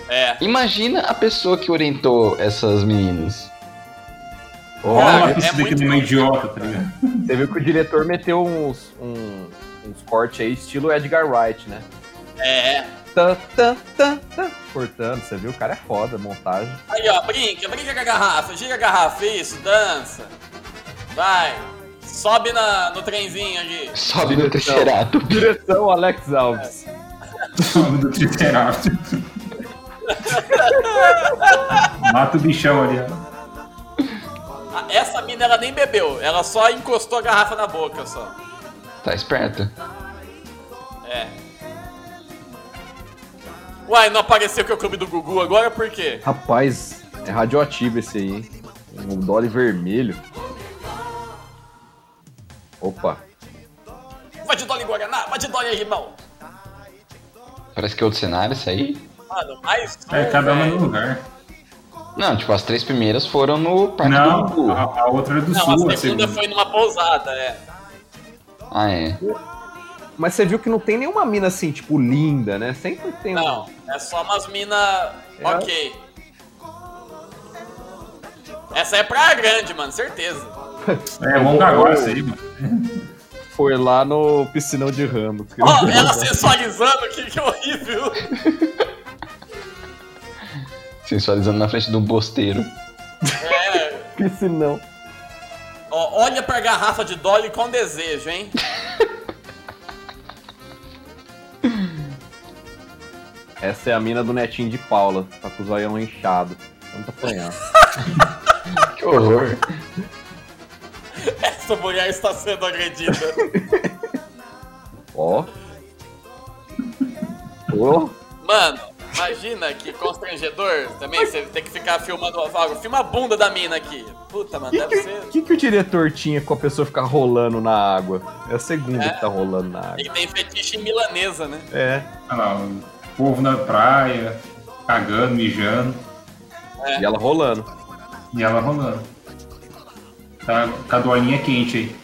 É.
Imagina a pessoa que orientou essas meninas.
Olha
é
isso daqui de uma idiota, tá ligado?
Você viu que o diretor meteu uns, um- uns cortes aí, estilo Edgar Wright, né?
É.
Tan, tan, tan, tan. Cortando, você viu? O cara é foda, montagem.
Aí, ó, brinca, brinca com a garrafa, gira a garrafa, isso, dança. Vai. Sobe na, no trenzinho ali.
Sobe no Triceratops.
Direção Alex Alves.
Nome do Triceratops. Mata o bichão ali, ó.
Ah, Essa mina, ela nem bebeu, ela só encostou a garrafa na boca, só.
Tá esperto.
É. Uai, não apareceu que é o clube do Gugu agora, por quê?
Rapaz, é radioativo esse aí, hein? Um Dolly vermelho. Opa,
Vai de Dolly Guaraná, vai de Dolly aí, irmão.
Parece que é outro cenário isso aí.
Mano, mais um,
É, cada uma
velho.
no lugar.
Não, tipo, as três primeiras foram no Parque do
Não,
Gugu.
a, a outra é do
Não,
sul,
a
a
segunda
segunda.
foi numa pousada, é.
Ah, é.
Mas você viu que não tem nenhuma mina assim, tipo, linda, né? Sempre tem um.
Não, é só umas mina.
É.
Ok. Essa é praia grande, mano, certeza.
É, vamos pra agora isso aí, mano.
Foi lá no piscinão de Ramos. que-
Ó, ela sensualizando aqui, que horrível.
Sensualizando na frente de um bosteiro.
É.
Piscinão.
Ó, olha pra garrafa de Dolly com desejo, hein?
Essa é a mina do netinho de Paula. Tá com o zoião inchado. Vamos apanhar.
que horror.
Essa mulher está sendo agredida.
Ó. Ô.
Mano, imagina que constrangedor também, você tem que ficar filmando algo. Filma a bunda da mina aqui. Puta, mano, deve ser.
O que, que o diretor tinha com a pessoa ficar rolando na água? É a segunda
É.
que tá rolando na água.
Ele tem fetiche em milanesa, né?
É.
Olha lá, o povo na praia, cagando, mijando.
É.
E ela rolando.
E ela rolando. Tá, tá a dolinha quente aí.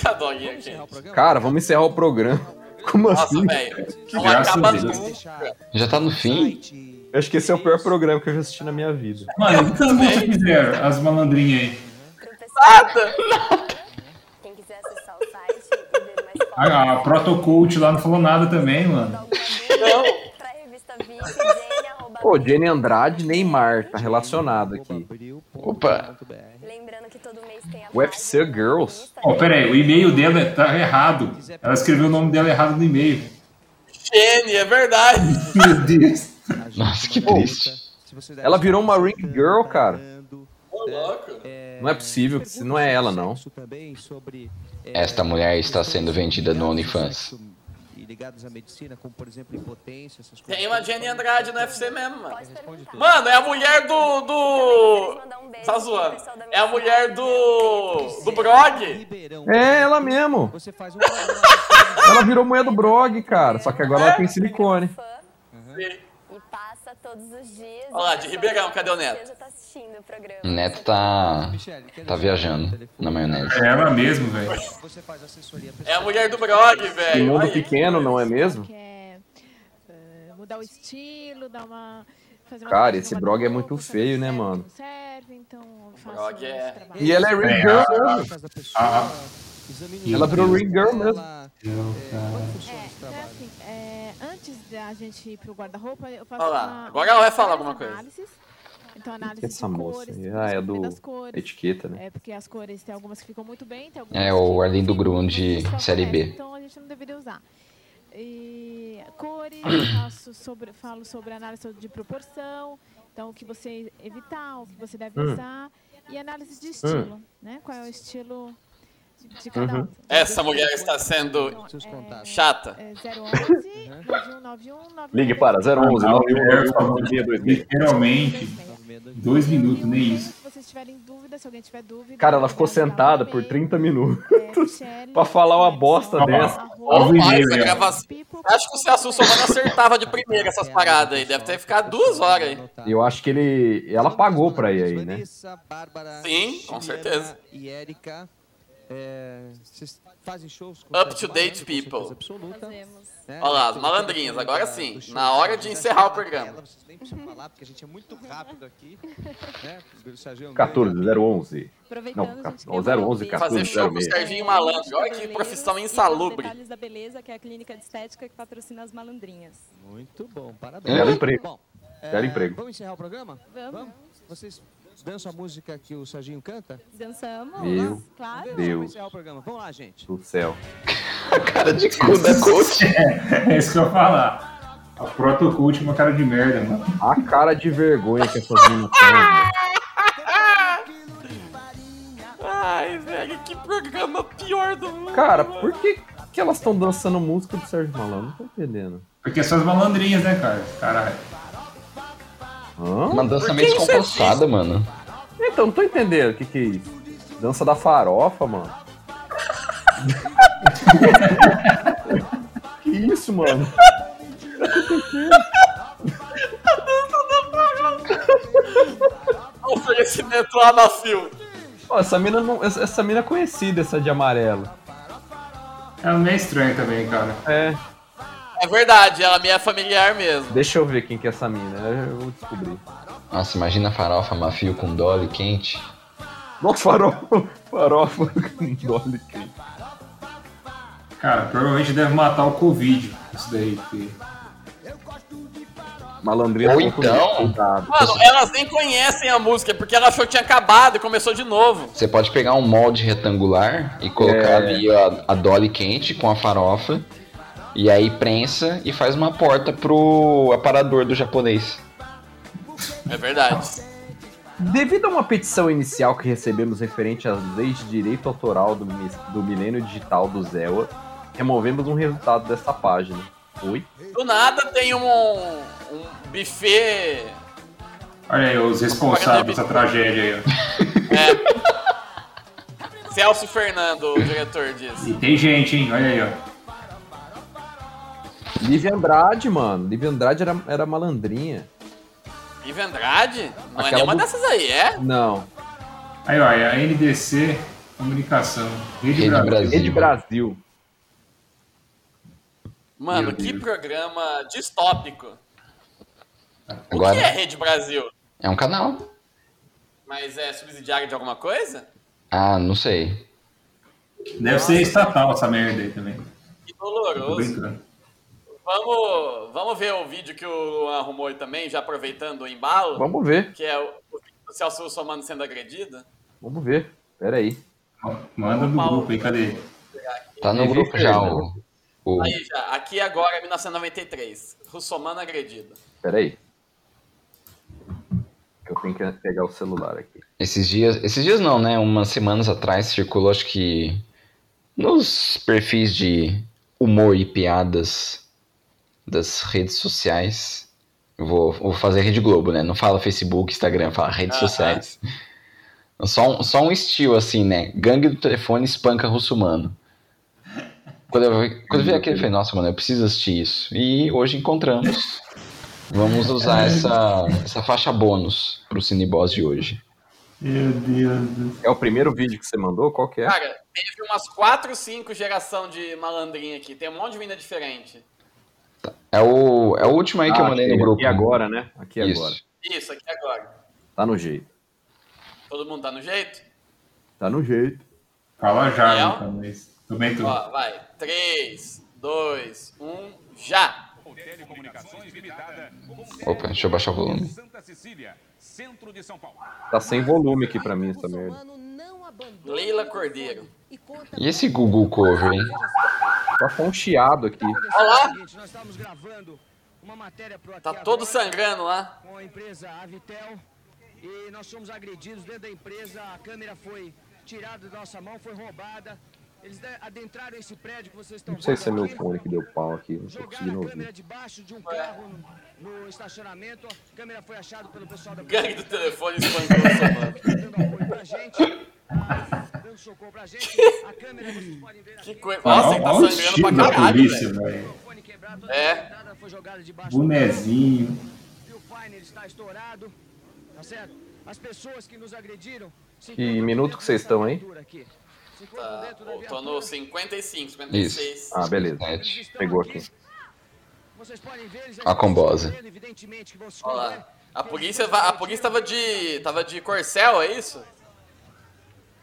Com a dolinha aqui.
É,
Cara, vamos encerrar o programa. Como assim?
Não acaba
Deus.
nunca.
Já tá no fim?
Eu acho que esse é o pior programa que eu já assisti na minha vida.
Mano, o que as moças fizeram? As malandrinhas aí.
Nada!
quiser acessar o site e ver mais fotos.
A, a Protocult lá não falou nada também, mano.
Pô, Jenny Andrade, Neymar, tá relacionado aqui.
Opa!
UFC Girls.
Ó, pera aí, o e-mail dela tá errado. Ela escreveu o nome dela errado no e-mail.
Jenny, é verdade.
Meu Deus.
Nossa, que triste.
Ela virou uma ring girl, cara. Não é possível, que não é ela, não.
é,
Esta mulher está sendo vendida no OnlyFans.
E ligados à medicina, como por exemplo impotência, essas coisas.
Tem uma Jenny Andrade no UFC mesmo, mano. Mano, é a mulher do. do...
um
Tá zoando. É a mulher do. do Brog.
É ela mesmo.
um
Ela virou mulher do Brog, cara. Só que agora ela tem silicone.
é E passa todos os dias.
Olha lá, de Ribeirão, cadê o Neto?
Tá assistindo o programa.
O Neto tá. tá viajando na maionese.
É ela mesmo, velho.
É a mulher do Brog,
Um
velho.
mundo
Olha aí.
pequeno, não é mesmo?
Quer eh, mudar o estilo, dar uma. Fazer uma
Cara,
coisa
esse
nova,
Brog é muito feio, né, mano?
não serve, então eu faço
Brog
esse
é-
trabalho.
E ela é ring
É,
girl
a-
mesmo.
a- a-
ah, Ela virou ring girl mesmo.
É, então é assim, é, antes da gente ir pro guarda-roupa, eu faço
Olha lá,
uma,
agora ela vai falar
várias
alguma coisa.
análises. Então, análise
é Essa
de
moça
cores,
aí, ah, é do
das cores,
etiqueta, né?
É, porque as cores tem algumas que ficam muito bem, tem algumas
É o Arlindo Grun de Série B.
Então a gente não deveria usar. E cores, eu faço sobre, falo sobre análise de proporção, então o que você evitar, o que você deve
Hum.
usar. E análise de estilo,
Hum.
né? Qual é o estilo de cada
Uhum.
um.
É.
Essa mulher está sendo chata.
É 011 9191
Uhum. Ligue para 011
Ah, é,
911
Literalmente, dois minutos, nem isso.
Se vocês tiverem dúvida, se alguém tiver dúvida, um
Cara, ela ficou sentada por 30
É,
minutos pra falar uma bosta dessa.
Tá
Ó,
Rapaz, essa gravação. Acho que o Celso Somano acertava de primeira essas
É,
paradas aí. Deve ter ficado duas horas aí.
Eu acho que ele. Ela pagou pra ir aí, né?
Sim, com certeza.
E Érica, é, vocês fazem shows com né?
Up to date people.
Fazemos.
Olha lá, as malandrinhas, agora sim. Na hora de encerrar o programa.
né? Vocês nem precisam falar, porque a gente é muito rápido aqui. né? O Serginho é um
14 011. Não,
Aproveitando, a gente
ca- ou
quer
011
falar
Fazer
14
show com o
06.
Serginho Malandro. Olha que profissão insalubre.
Detalhes da Beleza, que é a clínica de estética que patrocina as malandrinhas.
Muito bom, parabéns.
Belo emprego.
Bom, é,
Belo emprego.
Vamos encerrar o programa? Vamos. Vocês dançam a música que o Serginho canta?
Dançamos,
Meu
claro.
Vamos
Deus
encerrar o programa. Vamos lá, gente.
do céu.
Cara de cu da coach.
É isso que eu ia falar. A Protocult é uma cara de merda, mano.
A cara de vergonha que essas meninas têm. né?
Ai, velho, que programa pior do mundo.
Cara, por que, que elas estão dançando música do Sérgio Malandro? Não tô entendendo.
Porque são as malandrinhas, né, cara? Caralho.
Hã?
Uma dança
Por
meio
que isso é
descompassada, mano.
Então, não tô entendendo o que que é isso. Dança da farofa, mano. que isso, mano?
Oferecimento lá na fila.
Ó, essa mina não, essa essa mina é conhecida, essa de amarelo.
É meio estranho também, cara.
É,
É verdade, ela me é familiar mesmo.
deixa eu ver quem que é essa mina, eu vou descobrir.
Nossa, imagina a farofa mafio com dole quente.
Nossa, farofa, farofa com dole quente.
Cara, provavelmente deve matar o Covid. Isso daí. porque-
Malandrinha
Ou
tá com
então-
cuidado.
Mano, elas nem conhecem a música, porque ela achou que tinha acabado e começou de novo.
Você pode pegar um molde retangular e colocar
É.
ali a, a dole quente com a farofa. E aí prensa e faz uma porta pro aparador do japonês.
É verdade.
Devido a uma petição inicial que recebemos referente às leis de direito autoral do, mis- do Milênio Digital do Zewa, removemos um resultado dessa página. Oi?
Do nada tem um, um buffet.
Olha aí, os responsáveis dessa tragédia aí, ó.
Celso Fernando, o diretor disse.
E tem gente, hein? Olha aí, ó.
Lívia Andrade, mano. Lívia Andrade era, era malandrinha.
E Vendrade? Não é
Aquela
nenhuma
do-
dessas aí, é?
Não.
Aí, ó, é a NDC Comunicação. Rede,
Rede
Brasil.
Brasil.
Rede Brasil.
Mano,
Meu
que
Deus.
programa distópico. O que é
Agora
Rede Brasil?
é um canal.
Mas é subsidiário de alguma coisa?
Ah, não sei.
Deve ser estatal essa merda aí também.
Que
Tô
doloroso.
brincando.
Vamos, vamos ver o vídeo que o Luan arrumou aí também, já aproveitando o embalo.
Vamos ver.
Que é o, o vídeo do Celso Russomano sendo agredido.
Vamos ver. Pera aí.
Manda no grupo aí, cadê?
Tá no grupo já o. o...
Aí já, aqui agora é 1993. Russomano agredido.
Pera aí. Que eu tenho que pegar o celular aqui.
Esses dias, esses dias não, né? Umas semanas atrás circulou, acho que nos perfis de humor e piadas das redes sociais. Eu vou, vou fazer Rede Globo, né? Não fala Facebook, Instagram, fala redes
Aham.
sociais. Só um, só um estilo assim, né? Gangue do telefone espanca russo humano. Quando eu, vi- quando eu vi aquele, eu falei, nossa, mano, eu preciso assistir isso. E hoje encontramos. Vamos usar essa, essa faixa bônus pro Cineboss de hoje.
Meu Deus.
É o primeiro vídeo que você mandou? Qual que é?
Cara, teve umas 4, 5 geração de malandrinha aqui. Tem um monte de mina diferente.
É o, é o último aí que
Ah,
eu mandei no
aqui,
grupo.
aqui agora, né? Aqui
Isso.
agora.
Isso, aqui agora.
Tá no jeito.
Todo mundo tá no jeito?
Tá no jeito.
Fala já,
Daniel?
então, mas também tô.
Ó, vai. 3, 2, 1, já!
Opa, deixa eu baixar o volume.
Tá sem volume aqui pra mim essa merda.
Leila Cordeiro.
E esse Google Cover, hein?
Tá com um chiado aqui.
Olha
É
lá! Tá todo sangrando lá.
Com a empresa Avitel e nós fomos agredidos dentro da empresa, a câmera foi tirada da nossa mão, foi roubada. Eles de- adentraram esse prédio que vocês estão
Não sei se é
vendo
meu
aqui,
fone que deu pau aqui. Não tô conseguindo ouvir.
debaixo de um carro no, no estacionamento, a câmera foi achada pelo pessoal da
Gangue do telefone espancou o Russomano.
dando um apoio pra gente, tá dando socorro pra gente, a câmera vocês podem ver
Que coisa.
Olha-
Nossa, ele tá
olha o
sangrando
estilo
pra
da
caralho.
polícia,
velho.
velho.
É.
Bonezinho.
Tá certo? As pessoas que nos agrediram se
Que minuto que vocês estão aí?
Tá, eu tô no 55, 56.
Ah, beleza. Pegou aqui.
A combose.
Olha lá. A polícia, va- a polícia tava de. tava de corcel, é isso?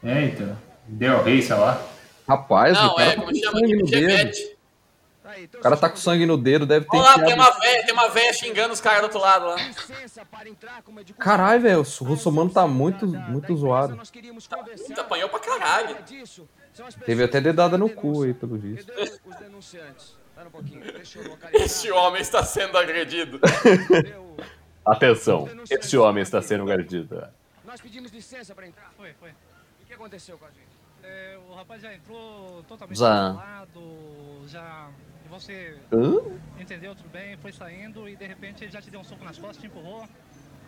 É, então. Del Rey, sei lá.
Rapaz, o
Não,
cara
é,
tá
como
com
chama
sangue
aqui?
no dedo.
Chevette.
então,
O cara tá com sangue no dedo, deve ter.
Olha lá, tem
enfiado-
uma véia, tem uma véia xingando os caras do outro lado lá.
Caralho, velho, o russomano tá muito, muito zoado.
Puta, apanhou pra caralho.
Teve até dedada no cu aí, pelo visto.
um
Este homem está sendo agredido.
Atenção, esse homem está sendo
é.
agredido.
Nós pedimos licença pra entrar. Foi, foi. O que aconteceu com a gente? o rapaz já entrou totalmente
Já.
lado, já. E você
Hã?
entendeu tudo bem, foi saindo e de repente ele já te deu um soco nas costas, te empurrou.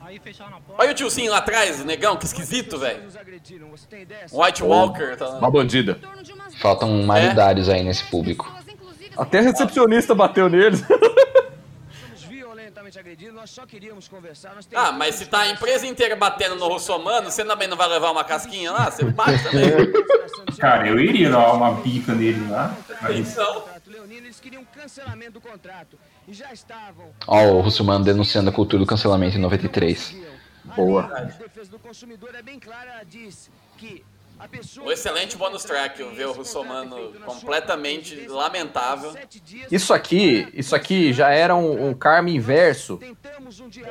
Aí fecharam a porta.
Olha o tiozinho lá atrás, o negão, que esquisito, velho. Um White
Ô,
Walker, tá lá.
uma bandida. Faltam maridários aí nesse público.
assim,
Até a recepcionista bateu neles.
Ah, mas se tá a empresa inteira batendo no russomano, você também não vai levar uma casquinha lá? Você bate
É
também.
Cara, eu iria dar uma bica nele lá, mas
Então,
Ó, o Russumano denunciando a cultura do cancelamento em 93.
Boa.
é
um excelente bônus track, ver o
é
russomano completamente lamentável.
Isso aqui, isso aqui já era um, um karma inverso
um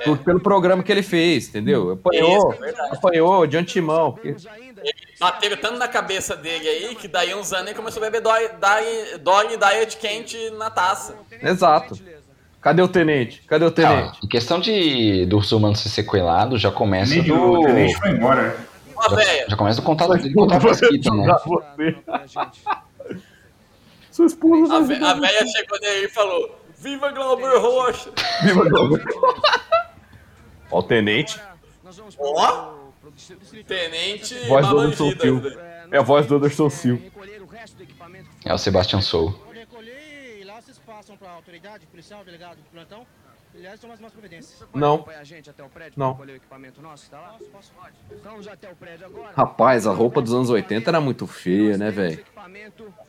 por- pelo programa que ele fez, entendeu? Apanhou,
Isso, é verdade.
apanhou de antemão. porque-
É Bateram tanto na cabeça dele aí que daí uns anos ele começou a beber dói- dai- Dolly Diet quente na taça.
Exato. Cadê o tenente? Cadê o tenente?
Ah, em questão de do Russumano ser sequelado, já começa
nem o
do.
tenente foi embora.
Ó, velho,
Já começa do contato dele com o Fresquita, né?
Sua esposa
a ve- a velha chegou nele e falou: Viva Glauber Rocha!
Viva Ó, o tenente.
Ó! Tenente né?
Voz do Anderson
Balangida.
Silva. É a voz do Anderson Silva.
É o Sebastian Soul.
E lá vocês passam pra autoridade, policial, delegado, plantão. Aliás, tomar umas providências.
Não.
a gente até o prédio
Não.
pra recolher o equipamento nosso, tá lá? Posso, posso, pode. Vamos até o prédio agora.
Rapaz, a roupa dos anos 80 era né, muito feia, né, velho?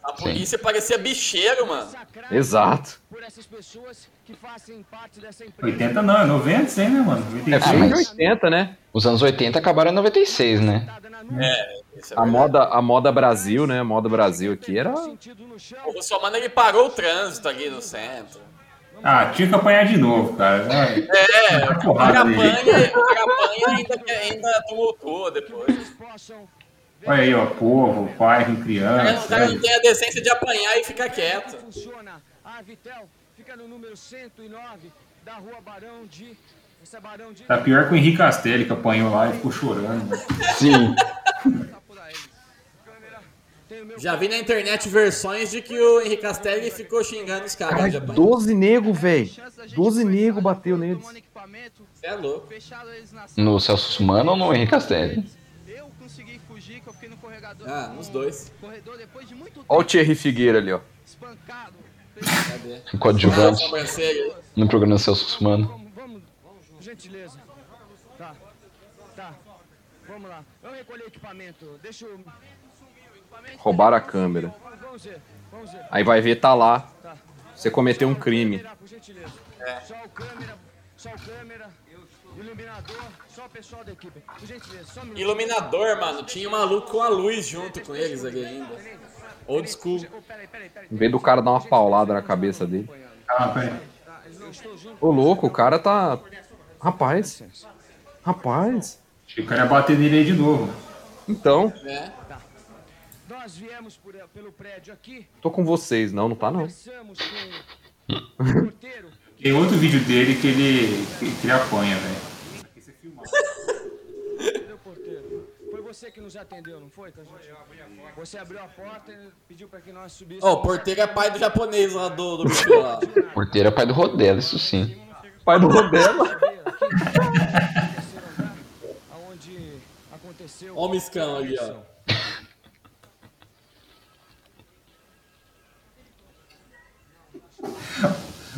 A polícia parecia bicheiro, mano.
Exato.
por essas pessoas que fazem parte dessa empresa.
80 não, é 90 isso aí, né, mano?
É
96.
filme de 80, né?
Os anos 80 acabaram em 96, né?
É,
a, moda, a moda Brasil, né? A moda Brasil aqui era.
O Russomano ele parou o trânsito ali no centro.
Ah, tinha que apanhar de novo, cara. Vai.
É,
Tá
Vai
o
porrada
cara
aí.
apanha, o cara apanha ainda, ainda tumultuou depois.
Olha aí, ó, povo, pai,
O cara, o
criança. né?
cara não tem a decência de apanhar e ficar quieto.
Tá pior que o Henrique Castelli, que apanhou lá e ficou chorando. Mano.
Sim.
Já vi na internet versões de que o Henrique Castelli ficou xingando os caras. de
Caralho,
apanhar.
12 nego, velho. 12 nego
tá
bateu neles.
Cê é louco.
No Celso Sumano ou no Henrique Castelli?
Ah, nos dois.
Olha o Thierry Figueira ali, ó.
Cadê?
O coadjuvante.
Ah, sobrancelha.
No programa do Celso Sumano.
Gentileza. Tá. Tá. Vamos lá. Eu recolhi o equipamento. Deixa eu.
Roubaram a câmera.
Vamos ver. Vamos ver.
Aí vai ver, tá lá. Você cometeu um crime.
Por gentileza.
É.
Só o câmera. Só o câmera. Iluminador. Só o pessoal da equipe. Por gentileza. Só um minuto.
Iluminador, mano. Tinha um maluco com a luz junto com eles ali ainda. Old school.
Em vez do cara dar uma paulada na cabeça dele. Ô louco, o cara tá. Rapaz. Rapaz.
O cara ia bater nele aí de novo.
Então,
né?
Tá. Nós viemos por, pelo prédio aqui.
tô com vocês. Não, não tá não.
Conversamos com.
Tem outro vídeo dele que ele, que ele apanha, velho.
Cadê o porteiro? Foi você que nos atendeu, não foi? Cajun? Você abriu a porta e pediu pra que nós subíssemos.
Ó, o porteiro é pai do japonês lá do, do bicho lá.
Porteiro é pai do Rodela, isso sim.
Pai do Rodela?
Onde aconteceu.
Ó o Miscão ali, ó.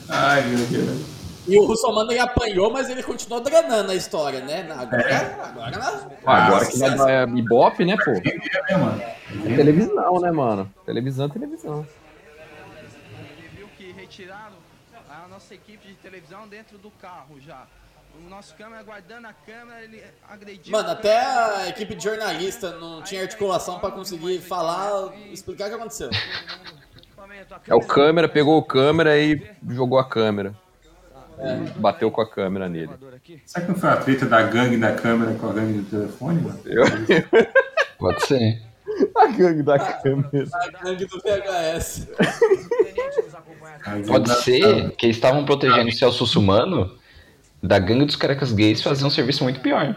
Ai, meu Deus.
E o Russomano ele apanhou, mas ele continuou drenando a história, né? Na- Agora, agora,
É. Ah, agora que vai dar Ibope, né, pô? É televisão, né, mano? Televisão, é televisão.
viu que retiraram a nossa equipe de televisão dentro do carro já. O nosso câmera guardando a câmera, ele agrediu.
Mano,
a
até
câmera.
a equipe de jornalista não tinha articulação pra conseguir falar, explicar o que aconteceu.
É o câmera, pegou o câmera e jogou a câmera.
É.
Bateu com a câmera nele.
Será que não foi a treta da gangue da câmera com a gangue do telefone, mano?
Pode ser.
A gangue da câmera.
A gangue do VHS.
Pode ser que eles estavam protegendo o Celso Sumano da gangue dos carecas gays fazer um serviço muito pior.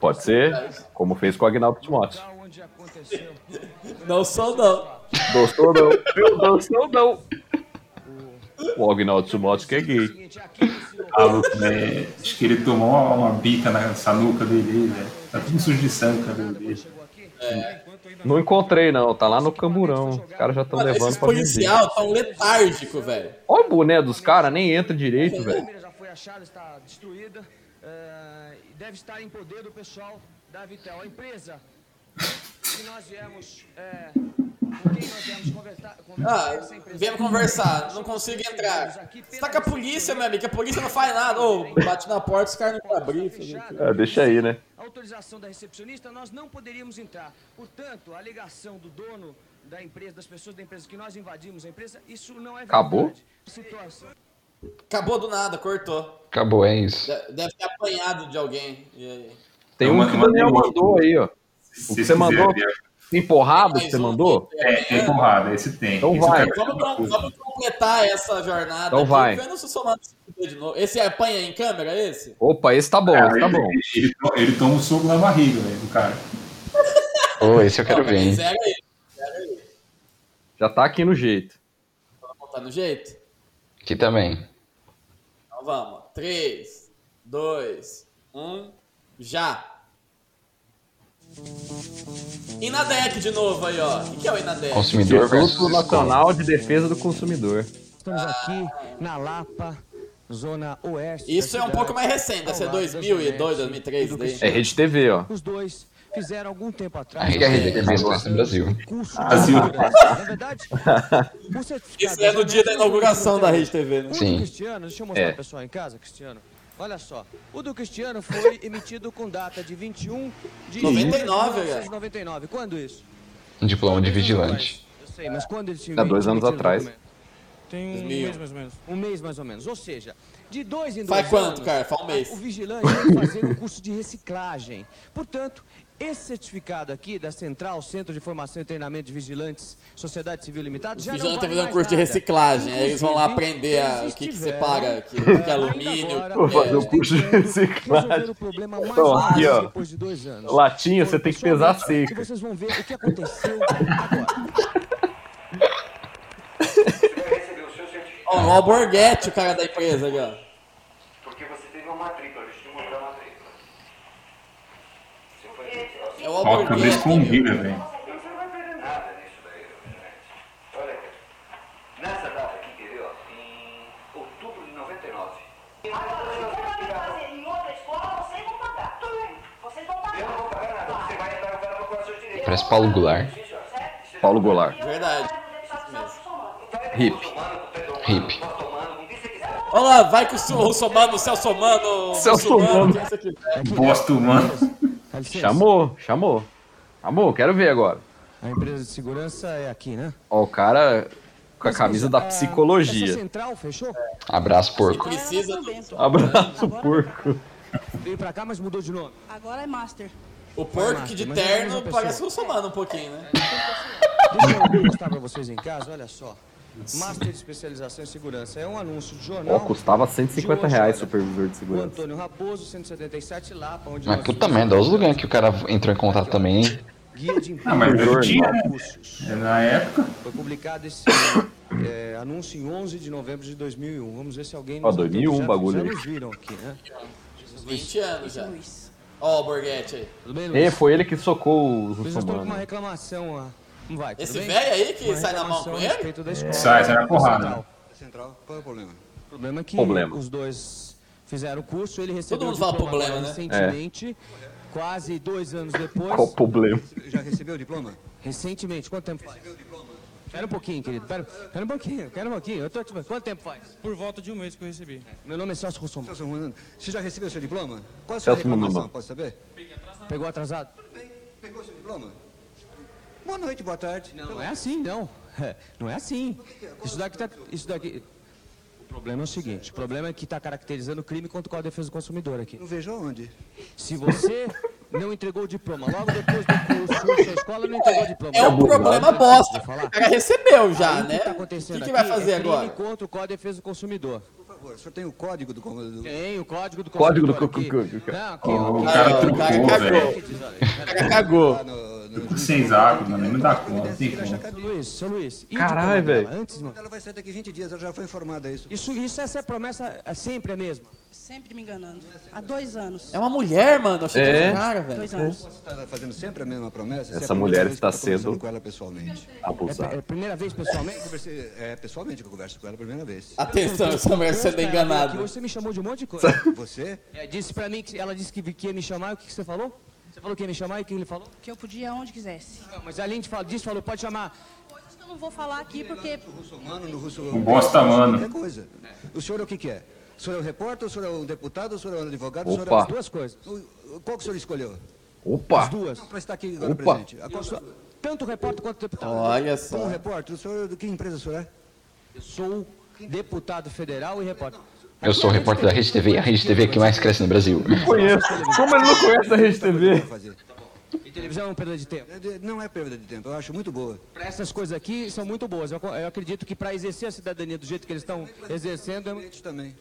Pode ser, como fez com o Agnaldo Timóteo.
Não sou não.
Gostou não? Eu gostou não. O Agnaldo Timóteo que é gay.
Ah, louco, né? Acho que ele tomou uma, uma bica nessa nuca dele aí, velho. Tá tudo sujo de sangue o cabelo dele.
É.
Não encontrei não, tá lá no camburão. Os caras já estão
Mano, esses
levando pra vender.
policial tão letárgico, velho.
Olha o boné dos caras, nem entra direito, velho.
já foi achada, está destruída. eh, e deve estar em poder do pessoal da Vitel. A empresa que nós viemos. eh, com quem nós viemos conversar. conversar
Ah,
essa empresa-
viemos conversar, não consigo entrar. Você tá com a polícia, meu amigo, que a polícia não faz nada. Ô, bate na porta, os caras não querem abrir. filho.
É, deixa aí, né?
autorização da recepcionista, nós não poderíamos entrar. Portanto, a alegação do dono da empresa, das pessoas da empresa que nós invadimos a empresa, isso não é
Acabou?
verdade. Situação.
Acabou do nada, cortou.
Acabou, é isso.
De- Deve ter apanhado de alguém. E aí?
Tem um que o Daniel mandou aí, ó. O que você mandou? Tem porrada que você
um
mandou?
É, tem porrada, esse tem.
Então
Esse
vai.
cara-
Vamos, com- vamos completar essa jornada.
Então
aqui,
vai.
porque Eu não sou somado se fuder de novo. Esse apanha em câmera, esse?
Opa, esse tá bom,
Cara,
esse tá
ele-
bom.
Ele, to- ele toma um soco na barriga, velho, do cara.
Ô, esse eu quero ver, hein?
Zero aí. Zero aí.
Já tá aqui no jeito.
Vamos botar no jeito?
Aqui também.
Então vamos. 3, 2, 1, já. Inadec de novo aí, ó. O que, que é o Inadec?
Consumidor
Instituto
versus
Nacional de Defesa do Consumidor.
Estamos aqui na Lapa, zona oeste.
é um Isso é um pouco mais recente, deve ser 2002, 2003. daí.
É Rede TV, ó.
Os dois fizeram algum tempo atrás.
A RD tem mais força no Brasil.
Brasil. Na verdade, o certificado
Isso é no dia da inauguração da Rede TV, né?
O
Sim.
do Cristiano, deixa eu mostrar
É.
pra pessoal em casa, Cristiano. Olha só, o do Cristiano foi emitido com data de 21 de
99,
junho de 1999. Quando isso?
Um diploma de vigilante.
Eu sei, mas quando ele se
Há dois
emitiu
anos
o
atrás.
documento? Tem um
2000.
mês mais ou menos. Um mês mais ou menos. Ou seja, de dois em dois
Faz quanto,
anos,
cara? Faz um mês.
O vigilante vai fazer um curso de reciclagem. Portanto, esse certificado aqui da Central Centro de Formação e Treinamento de Vigilantes Sociedade Civil Limitada já
Vigilante
não
tá
vale
fazendo
mais
curso de
nada.
reciclagem, aí eles vão lá
Inclusive,
aprender a-
eles
o que que
estiveram,
separa, que-
eh,
o que é
ainda
alumínio,
agora,
Vou fazer
eh,
um curso de
resolver
reciclagem.
o problema mais
Então, aqui,
básico
ó.
depois de dois anos.
Latinha, você tem que pesar
Pessoalmente,
seca.
Vocês vão ver o que aconteceu
Ó, o Alborguete, o cara da empresa ali, ó.
Porque você teve uma matrícula, deixa eu te mostrar a matrícula. Você foi
É o
Ó, a
Alborguete.
cabeça com guilha, velho.
Você não vai perder nada disso daí, obviamente. Olha aqui. Nessa data aqui, quer ver, ó, em outubro de 99. Agora, se for pra me fazer em outra escola, vocês vão pagar. Tudo bem. Vocês vão pagar. Eu não vou pagar nada. Você vai entrar agora no processo de direito.
Parece Paulo Goulart.
Paulo Goulart.
Verdade.
Hip.
Hip.
Olha lá, vai que o Su- o Somano, o Celso Somano, o
Celso
Muçulmano,
Mano.
quem você quiser.
Bosta
É,
humano. Chamou, chamou. Chamou, quero ver agora.
A empresa de segurança é aqui, né? Ah,
Ó, o cara com a camisa da
Essa
psicologia.
central fechou?
Abraço, porco.
Precisa
tá
do...
Abraço, porco.
Veio pra cá, mas mudou de nome.
Agora é Master.
O porco que de
Mas é a mesma
terno
pessoa.
parece o Somano um pouquinho, né?
Deixa eu mostrar pra vocês em casa, olha só. Master de especialização em segurança. É um anúncio de jornal.
Ó, custava 150 reais o supervisor de
O
segurança.
Antônio Raposo, 177 Lapa, onde
Mas
nós
puta
vimos
merda, olha os lugares que o cara entrou em contato também, hein?
Guia de
Ah, mas eu tinha, né?
É na época.
Foi publicado esse é, anúncio em 11 de novembro de 2001. Vamos ver se alguém...
Ó,
nos
2001
já-
bagulho
Já
aí.
nos viram aqui, né?
20 anos já. Ó, o Alborguete aí.
Tudo bem,
E É, foi ele que socou o
Vocês estão com uma
Russomano.
reclamação, ah, não vai, tudo
Esse
bem?
velho aí que
Uma
sai na mão com
reclamação a
ele?
respeito da escola.
Sai, sai na porrada.
Central. Central, qual é o problema? O problema é que
Problema.
os dois fizeram o curso, ele recebeu
mundo
o
fala
diploma
problema,
agora
né?
recentemente, quase dois anos depois.
É. Qual o problema?
Já recebeu o diploma? Recentemente, quanto tempo faz? Espera um pouquinho, querido, espera, espera um pouquinho, espera um pouquinho, eu tô te... quanto tempo faz?
Por volta de um mês que eu recebi.
Meu nome é Celso Russomano. Celso Russomano, você já recebeu seu diploma? Qual
a sua Celso reclamação, Russomano.
pode saber? Pegou atrasado? Pegou seu diploma? Boa noite, boa tarde. Não, é assim, não. É, Não é assim. Isso daqui tá. Isso daqui. O problema é o seguinte: o problema é que está caracterizando o crime contra o Código de Defesa do Consumidor aqui. Não vejo onde. Se você não entregou o diploma logo depois do curso, sua escola não entregou o diploma.
É um
Logo depois
problema
do curso,
bosta.
vou falar.
O cara recebeu já,
Aí O
né?
que está
O
acontecendo
que que vai
aqui é
fazer
crime
agora?
contra o Código de Defesa do Consumidor. Por favor, o senhor tem um o código do consumidor? Tem o código do
Código do
consumidor. aqui. Não, aqui, ó.
o
O cara
cara
trucou,
cagou.
velho.
O cara cagou.
Truco sem zago, mano. Não dá conta, não tem como.
Seu Luiz, seu Luiz. e o
Caralho,
diploma
velho.
dela? Antes, não.
Ela vai sair daqui 20 dias, ela já foi informada é isso.
Isso, isso essa promessa é sempre a mesma.
Sempre me enganando. Há dois anos.
É uma mulher, mano. Achei que era
É.
um cara, velho.
Dois anos.
Está fazendo sempre a mesma promessa?
Essa mulher está sendo abusada.
É, primeira vez pessoalmente? é pessoalmente que eu converso com ela, primeira vez.
Atenção,
é,
essa mulher sendo enganada.
Você me chamou de um monte de coisa. Você? É, disse pra mim que ela disse que, que ia me chamar, e o que, que você falou? Você falou que ia me chamar e o que ele falou?
Que eu podia aonde quisesse.
Não, mas além de falar disso, falou, pode chamar.
Coisas que eu não vou falar aqui porque.
Mano, no russo...
Um bosta, mano.
Qualquer coisa. O senhor é o que que é? O senhor é um repórter, o senhor é um deputado, o senhor é um advogado, o senhor é
Opa.
as duas coisas. O- Qual que o senhor escolheu?
Opa!
As duas. Para estar aqui agora
Opa.
presente. A qual sua- Tanto repórter quanto deputado.
Olha só.
Como repórter, o senhor de que empresa o senhor é? Eu sou deputado federal e repórter.
Eu sou o repórter da Rede TV, a Rede TV que mais cresce no Brasil.
Conheço. Como ele não conhece a Rede TV?
E televisão é uma perda de tempo? Não é perda de tempo, eu acho muito boa. Para essas coisas aqui são muito boas. Eu, co- eu acredito que para exercer a cidadania do jeito que eles estão exercendo. é muito-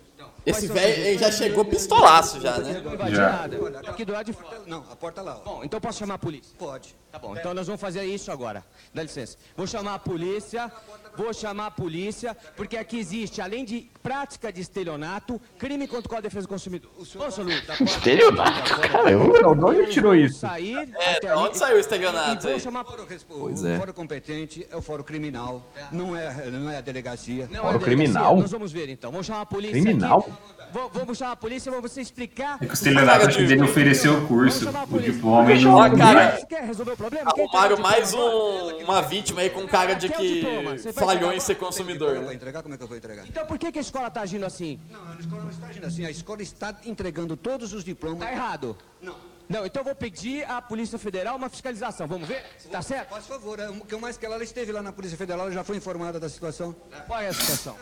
Esse velho ele já chegou pistolaço já, né?
Não invadi
Já.
nada. Tá Aqui do lado de fora. Não, a porta lá. Bom, então posso chamar a polícia? Pode. Tá bom, então nós vamos fazer isso agora. Dá licença. Vou chamar a polícia, vou chamar a polícia, porque aqui existe, além de prática de estelionato, crime contra o tá Código de Defesa do Consumidor. Ô, seu Luiz, da porta-
Estelionato? Caramba.
Não, de onde ele tirou isso?
Sair,
É,
até
da
ali-
onde saiu o estelionato
E vou
aí?
chamar-
Pois é.
competente é o fórum criminal, não é, não é a delegacia.
Fórum criminal?
Nós vamos ver então. Vamos chamar a polícia.
Criminal? assim.
Calma.
Vou, vou chamar a polícia, vou você explicar.
É que o estelionato acho que ele ofereceu o curso, o diploma e não.
Ó,
não
cara,
vai.
tá
arrumaram mais um, uma vítima aí com cara
é
de que falhou em ser consumidor,
Vou
né?
entregar, como é que eu vou entregar?
Então por que, que a escola tá agindo assim?
Não, a escola não está agindo assim. A escola está entregando todos os diplomas.
Tá errado.
Não.
Não, então eu vou pedir à Polícia Federal uma fiscalização. Vamos ver se tá certo?
Faz favor, é, o que mais que ela ela esteve lá na Polícia Federal, ela já foi informada da situação.
Qual é a situação?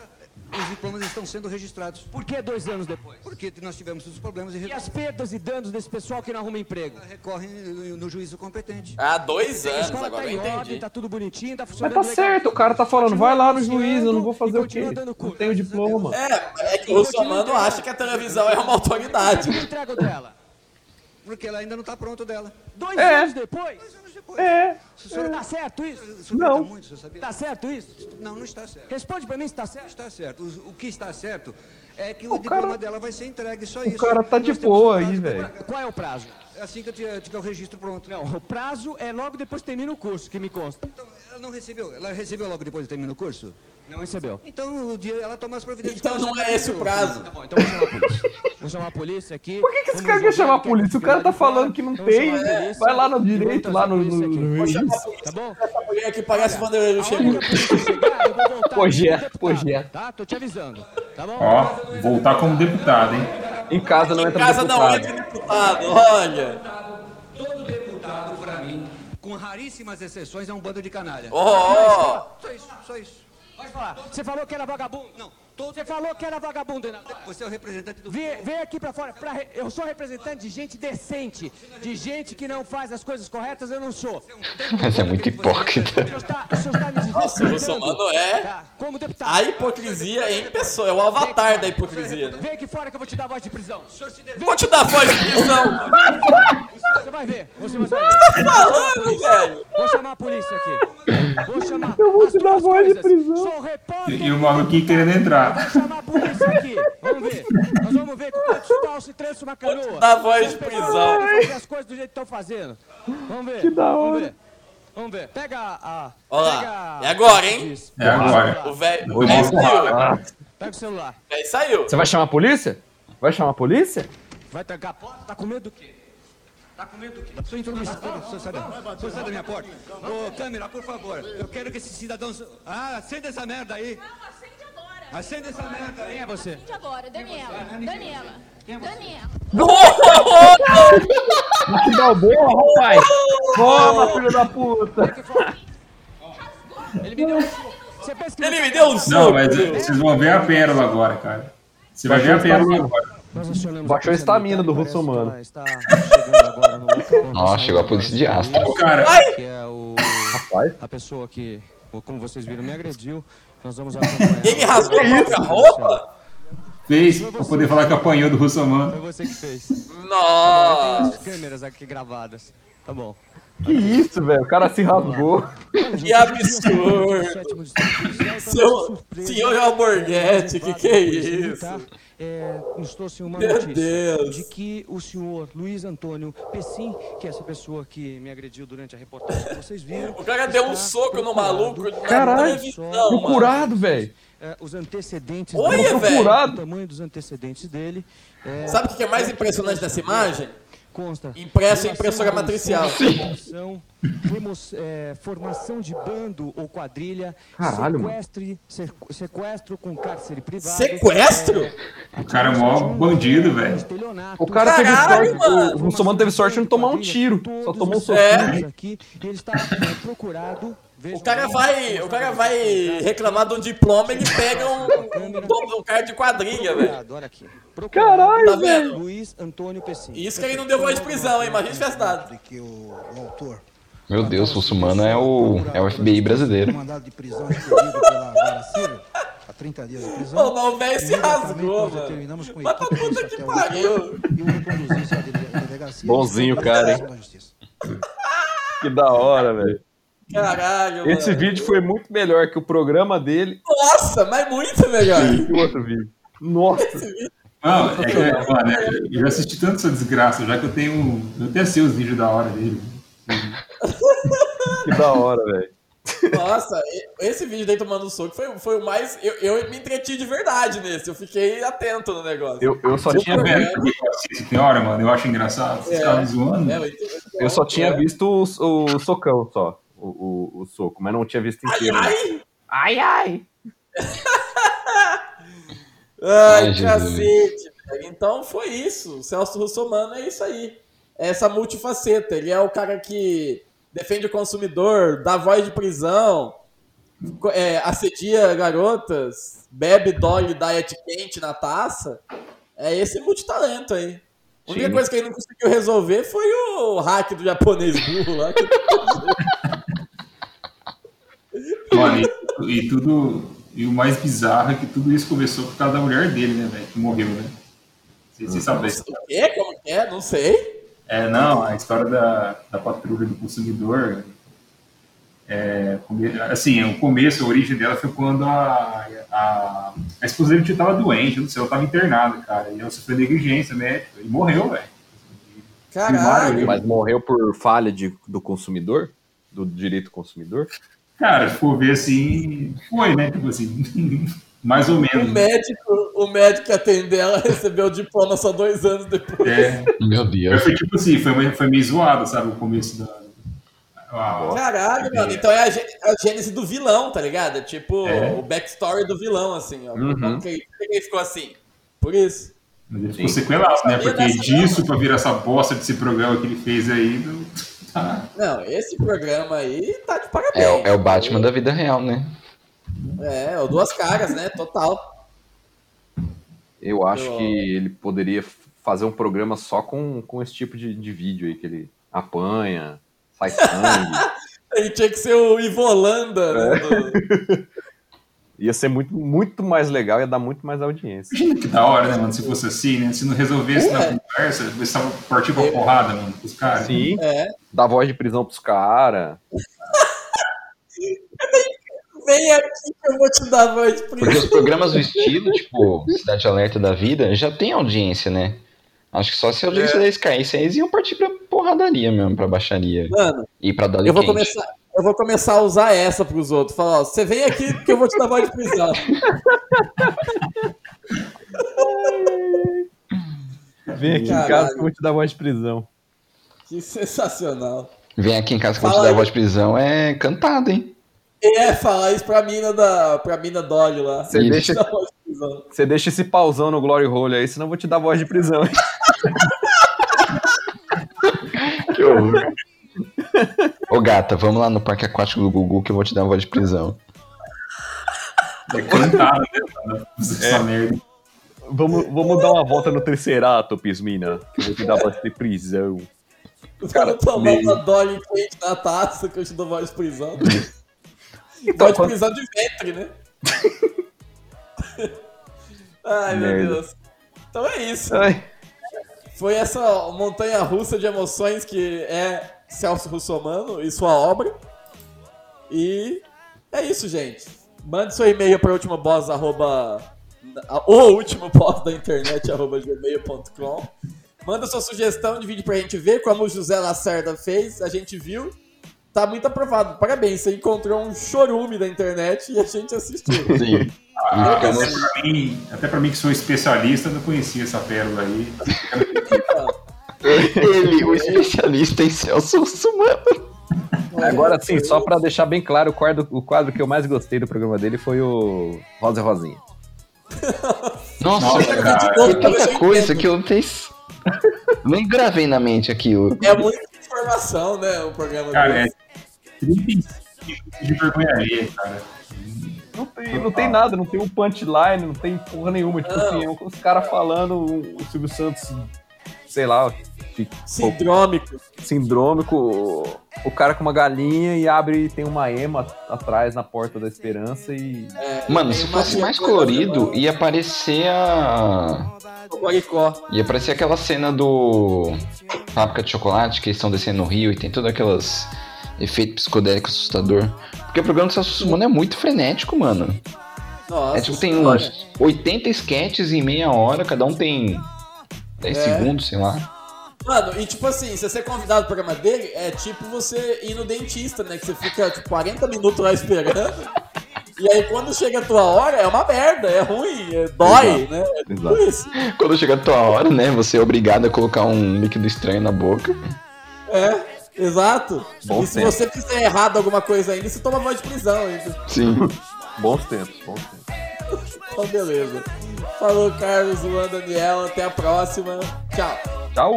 Os diplomas estão sendo registrados.
Por que dois anos depois?
Porque nós tivemos os problemas e,
E as perdas e danos desse pessoal que não arruma emprego?
recorrem no no juízo competente.
Ah, dois
A
anos,
escola tá
agora
em
eu
ordem,
entendi.
tá tudo bonitinho, tá funcionando
Mas tá
legal.
certo, o cara tá falando, vai lá no juiz, eu não vou fazer o quê? Não tenho diploma.
É, é que o Russomano acha que a televisão é uma autoridade. né?
Entrega o dela.
Porque ela ainda não está pronto dela.
Dois
É.
anos depois? Dois anos depois.
É.
Senhor, tá certo isso?
Não. Muito, você sabia?
Tá certo isso?
Não, não está certo.
Responde pra mim se tá certo.
Está certo. O, o que está certo é que o, diploma dela vai ser entregue, só isso.
O cara tá de
Nós temos
boa
um
aí,
prazo
velho.
Qual é o prazo?
Assim que eu tiver, tiver o registro pronto.
Não, o prazo é logo depois que termina o curso, que me consta.
Ela não recebeu. Ela recebeu logo depois de terminar o curso?
Não recebeu.
Então o dia ela toma as providências.
Então não é esse o prazo.
Tá bom, então vou chamar a polícia. Vou chamar a polícia aqui.
Por que, que esse cara quer chamar a polícia? O cara tá falando que não tem, né? vai lá no direito, lá no, no, no
Vou
juiz.
chamar a
Tá
polícia, essa mulher aqui parece o Vanderlei Luxemburgo.
Ah,
Projeto, projeto.
Tá, tô te avisando. Tá bom?
Ó, voltar como deputado, hein?
Em casa não
Em casa não entra deputado, olha.
Todo
Ah.
deputado, para mim, com raríssimas exceções, é um bando de canalha.
Ó, ó.
Só isso, só isso.
Pode falar. Você falou que era vagabundo? Não. Você falou que era vagabundo, Renato.
Você é o representante do.
Vem, vem aqui pra fora. pra re- Eu sou representante de gente decente. De gente que não faz as coisas corretas, eu não sou.
um
tá,
Mas é muito hipócrita.
Nossa, o
um
Russomano é
Como deputado.
a hipocrisia em pessoa, é o avatar da hipocrisia, né?
Vem aqui fora que eu vou te dar voz de prisão.
Vou te dar voz de prisão.
Você vai ver. Você vai ver.
tá falando, velho?
Vou chamar a polícia aqui. Vou chamar.
Eu vou te dar voz de prisão.
Sou repórter.
E, e o maluquinho querendo entrar.
Isso Tá aqui, vamos ver. Nós vamos ver é com quantos pau se trança uma canoa.
Dá voz de prisão.
Vamos fazer as coisas do jeito que estão fazendo. Vamos ver.
Que da
Vamos
hora.
ver. Vamos ver. Pega a. a-
Ó lá, é agora, hein?
É agora.
O velho
Vou
o velho
mostrar.
saiu. O
Pega o celular.
velho saiu.
Você vai chamar a polícia? Vai chamar a polícia?
Vai trancar a porta? Tá com medo do quê? Tá com medo do quê?
Sou intromissão, senhor sai da senhor sai da minha porta. Ô, câmera, por favor, eu quero que esses cidadãos. Ah, acenda essa merda aí.
Acende agora.
Acenda essa merda aí.
Quem é você?
Acende agora. Daniela. Daniela. Daniela.
Que dá o boa, rapaz! Toma, filho da puta!
Ele me deu. Você pensa que
Ele me deu um
Não,
soco.
mas vocês vão ver a pérola agora, cara. Você vai ver a pérola agora.
Nós acionamos
Baixou a
polícia
estamina do
militar, parece
Russomano.
que ela Está chegando agora no local.
Nossa, chegou a polícia de astro.
Ô, cara,
Que é o.
Rapaz,
A pessoa que, como vocês viram, me agrediu. Nós vamos acompanhar.
Ele rasgou a própria roupa?
fez pra poder falar que apanhou do Russomano.
Foi você que fez.
Nossa.
As câmeras aqui gravadas. Tá bom.
que isso, velho? O cara se rasgou.
Que absurdo.
Sétimo distrito policial, então,
Seu,
surpresa,
senhor João Borghetti, que que é
polícia
isso?
militar, é, nos trouxe uma
Meu
notícia
Deus.
de que o senhor Luiz Antônio Pessim, que é essa pessoa que me agrediu durante a reportagem que vocês viram.
O cara deu um
está
soco no
procurado
maluco na
Caralho,
televisão, mano.
Procurado, velho.
é, os antecedentes
Olha,
dele,
velho!
o tamanho dos antecedentes dele é,
Sabe o que que é mais impressionante dessa imagem?
consta
Impresso em
relação
é impressora
à
matricial.
corrupção, remo- é, formação de bando ou quadrilha
Caralho, mano.
sequestre, se- sequestro com cárcere privado
Sequestro?
O cara é mó bandido, velho.
O cara
Caralho,
teve sorte,
mano.
o Russomano teve sorte de não tomar um tiro. Só tomou um soco.
É.
aqui, ele está é, procurado
O cara vai, o cara vai reclamar de um diploma, ele pega um, um, dobro- um cara de quadrilha, velho.
Olha aqui. Procurado.
Tá
Caralho, velho.
vendo?
Luiz Antônio Pessim.
E Isso que ele não deu voz de prisão, hein? Imagina se tivesse dado.
De que o, o autor
Meu Deus, o Russomano é o, é o FBI
foi
brasileiro.
mandado de prisão expedido pela vara civil a 30 dias de prisão.
Ô, não, o velho se rasgou,
Nós
mano.
determinamos com a
Mas pra
equipe do
puta que
Ministério
pariu.
Público
um
e o reconduzisse à dele- à delegacia.
Bonzinho,
de
cara, hein?
Administração da Justiça.
Que da hora, velho.
Caralho,
Esse
mano.
vídeo foi muito melhor que o programa dele
Nossa, mas muito melhor.
e o outro vídeo. Nossa,
Não, é, que, mano, é, eu já assisti tanto essa desgraça, já que eu tenho. Eu até sei os vídeos da hora dele.
que da hora, velho.
Nossa, e- esse vídeo daí tomando soco foi, foi o mais. Eu, eu me entreti de verdade nesse, eu fiquei atento no negócio.
Eu, eu só
Se
tinha
for
vergonha.
ver-
Que hora, assim, mano, eu acho engraçado. Esses
É.
caras zoando.
É, eu-
Eu só
É.
tinha visto o, o socão só. O, o, o soco, mas não tinha visto inteiro. né?
Ai, ai!
Ai,
Ai, Jesus.
cacete. velho. Então foi isso. O Celso Russomano é isso aí. É essa multifaceta. Ele é o cara que defende o consumidor, dá voz de prisão, co- é, assedia garotas, bebe Dolly Diet quente na taça. É esse multitalento aí. A única
Sim.
coisa que ele não conseguiu resolver foi o hack do japonês burro lá. que-
Mano, e, e tudo. E o mais bizarro é que tudo isso começou por causa da mulher dele, né, velho? Que morreu, né? Vocês vocês sabem da história.
O quê? Como que é? Não sei.
É, não, a história da, da patrulha do consumidor. é, come- assim, o começo, a origem dela foi quando a, a, a esposa dele tio tava doente, eu não sei, ela tava internada, cara. E ela sofreu negligência médica e morreu, velho. Caralho.
Mas morreu por falha de, do consumidor? Do direito consumidor?
Cara, se for ver assim, foi, né? Tipo assim, mais ou
O
menos. né?
médico, o médico que atendeu ela recebeu o diploma só dois anos depois.
É.
Meu Deus.
Mas foi tipo assim, foi, meio- foi meio zoado, sabe? O começo da. a-
Caralho, mano. Então é a, gê- a gênese do vilão, tá ligado? É tipo
É.
o backstory do vilão, assim, ó.
Uhum.
Como que ele- por que ele ficou assim? Por isso.
Mas ele ficou sequelado, né? Porque disso pra virar essa bosta desse programa que ele fez aí. não-
Não, esse programa aí tá de
É,
parabéns.
o- é o Batman da vida real, né?
É, o duas caras, né? Total.
Eu acho
Eu-
que ele poderia f- fazer um programa só com, com esse tipo de, de vídeo aí, que ele apanha, sai sangue.
Ele tinha que ser o Ivolanda,
É.
né? do-
ia ser muito, muito mais legal, ia dar muito mais audiência.
Imagina que da hora, né, mano? Se fosse assim, né? Se não resolvesse
É.
na conversa, você tava partindo pra porrada, mano, com os caras.
Sim,
É.
dá voz de prisão pros caras.
Vem aqui que eu vou te dar voz de
Porque os
prisão.
programas do estilo, tipo Cidade Alerta da Vida, já tem audiência, né? Acho que só se a audiência da Sky, se eles iam partir pra porradaria mesmo, pra baixaria.
Mano,
e pra Dolly
Eu vou
Quente.
começar. Eu vou começar a usar essa pros outros. Falar, ó, você vem aqui que eu vou te dar voz de prisão.
Vem aqui em casa
Caralho.
que eu vou te dar voz de prisão.
Que sensacional.
Vem aqui em casa que eu vou te
Fala
dar
aí.
voz de prisão, é cantado, hein?
É, falar isso pra mina da. pra mina Dolly lá.
Você
Isso.
deixa-
Dá voz de prisão.
Você deixa esse pauzão no Glory Hole aí, senão eu vou te dar voz de prisão.
Que horror. Ô gata, vamos lá no parque aquático do Gugu que eu vou te dar voz de prisão.
É cantado, né? mano? Essa merda.
Vamos, vamos dar uma volta no Triceratops, mina. Que eu vou te dar voz de prisão.
Cara, tomar
meio-
uma Dolly quente na taça que eu te dou voz de prisão.
Então,
voz de
quando-
prisão de ventre, né? Ai, meu
Merda.
Deus. Então é isso.
Ai.
Foi essa montanha russa de emoções que é Celso Russomano e sua obra. E é isso, gente. Mande seu e-mail para ultimoboss, arroba, ou ultimoboss da internet, arroba gmail.com. Manda sua sugestão de vídeo pra gente ver, como o José Lacerda fez, a gente viu. Tá muito aprovado. Parabéns, você encontrou um chorume da internet e a gente assistiu.
Sim.
Ah,
É,
Eu
até,
não-
pra mim, até pra mim que sou um especialista, eu não conhecia essa pérola aí.
Ele, o especialista em Celso Russomano.
Agora sim, só pra deixar bem claro, o quadro, o quadro que eu mais gostei do programa dele foi o Rosa e Rosinha.
Nossa,
Nossa,
cara,
cara.
foi tanta
Eu
coisa que eu não tenho... Nem gravei na mente aquilo.
É muita informação, né, o programa
Cara, é
desse.
35 de vergonha alheia, cara.
Não tem, não tem nada, não tem um punchline, não tem porra nenhuma. Tipo assim, é um- os caras falando, o o Silvio Santos, sei lá.
Sindrômico.
Sindrômico, o- o cara com uma galinha e abre e tem uma ema atrás na porta da esperança e.
Mano, se fosse mais colorido, ia aparecer a.
O Guaricó.
Ia aparecer aquela cena do. Fábrica de chocolate, que eles estão descendo no rio e tem todos aqueles efeitos psicodélicos assustador. Porque o programa do Celso Sussumano é muito frenético, mano.
Nossa,
é tipo, tem uns 80 sketches em meia hora, cada um tem 10
É.
segundos, sei lá.
Mano, e tipo assim, se você é convidado pro programa dele, é tipo você ir no dentista, né? Que você fica tipo, 40 minutos lá esperando. E aí quando chega a tua hora, é uma merda, é ruim, é- dói, né?
Exato. Quando chega a tua hora, né? Você é obrigado a colocar um líquido estranho na boca.
É, exato.
Bom
e se
tempo.
você fizer errado alguma coisa ainda, você toma voz de prisão ainda.
Sim.
Bons tempos, bons tempos.
Então beleza. Falou, Carlos, Luan, Daniel, até a próxima. Tchau.
Tchau.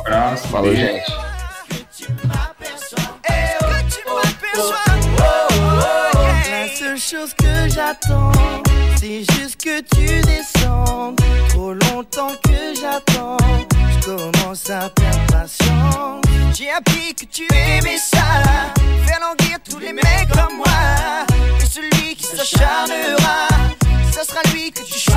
Abraço, Falou,
beijo.
gente.
La seule chose que j'attends, c'est juste que tu descendes. Trop longtemps que j'attends, je commence à perdre patience. J'ai appris que tu aimais ça, faire languir tous les mecs comme moi. Et celui qui s'acharnera, ce sera lui que tu choisiras.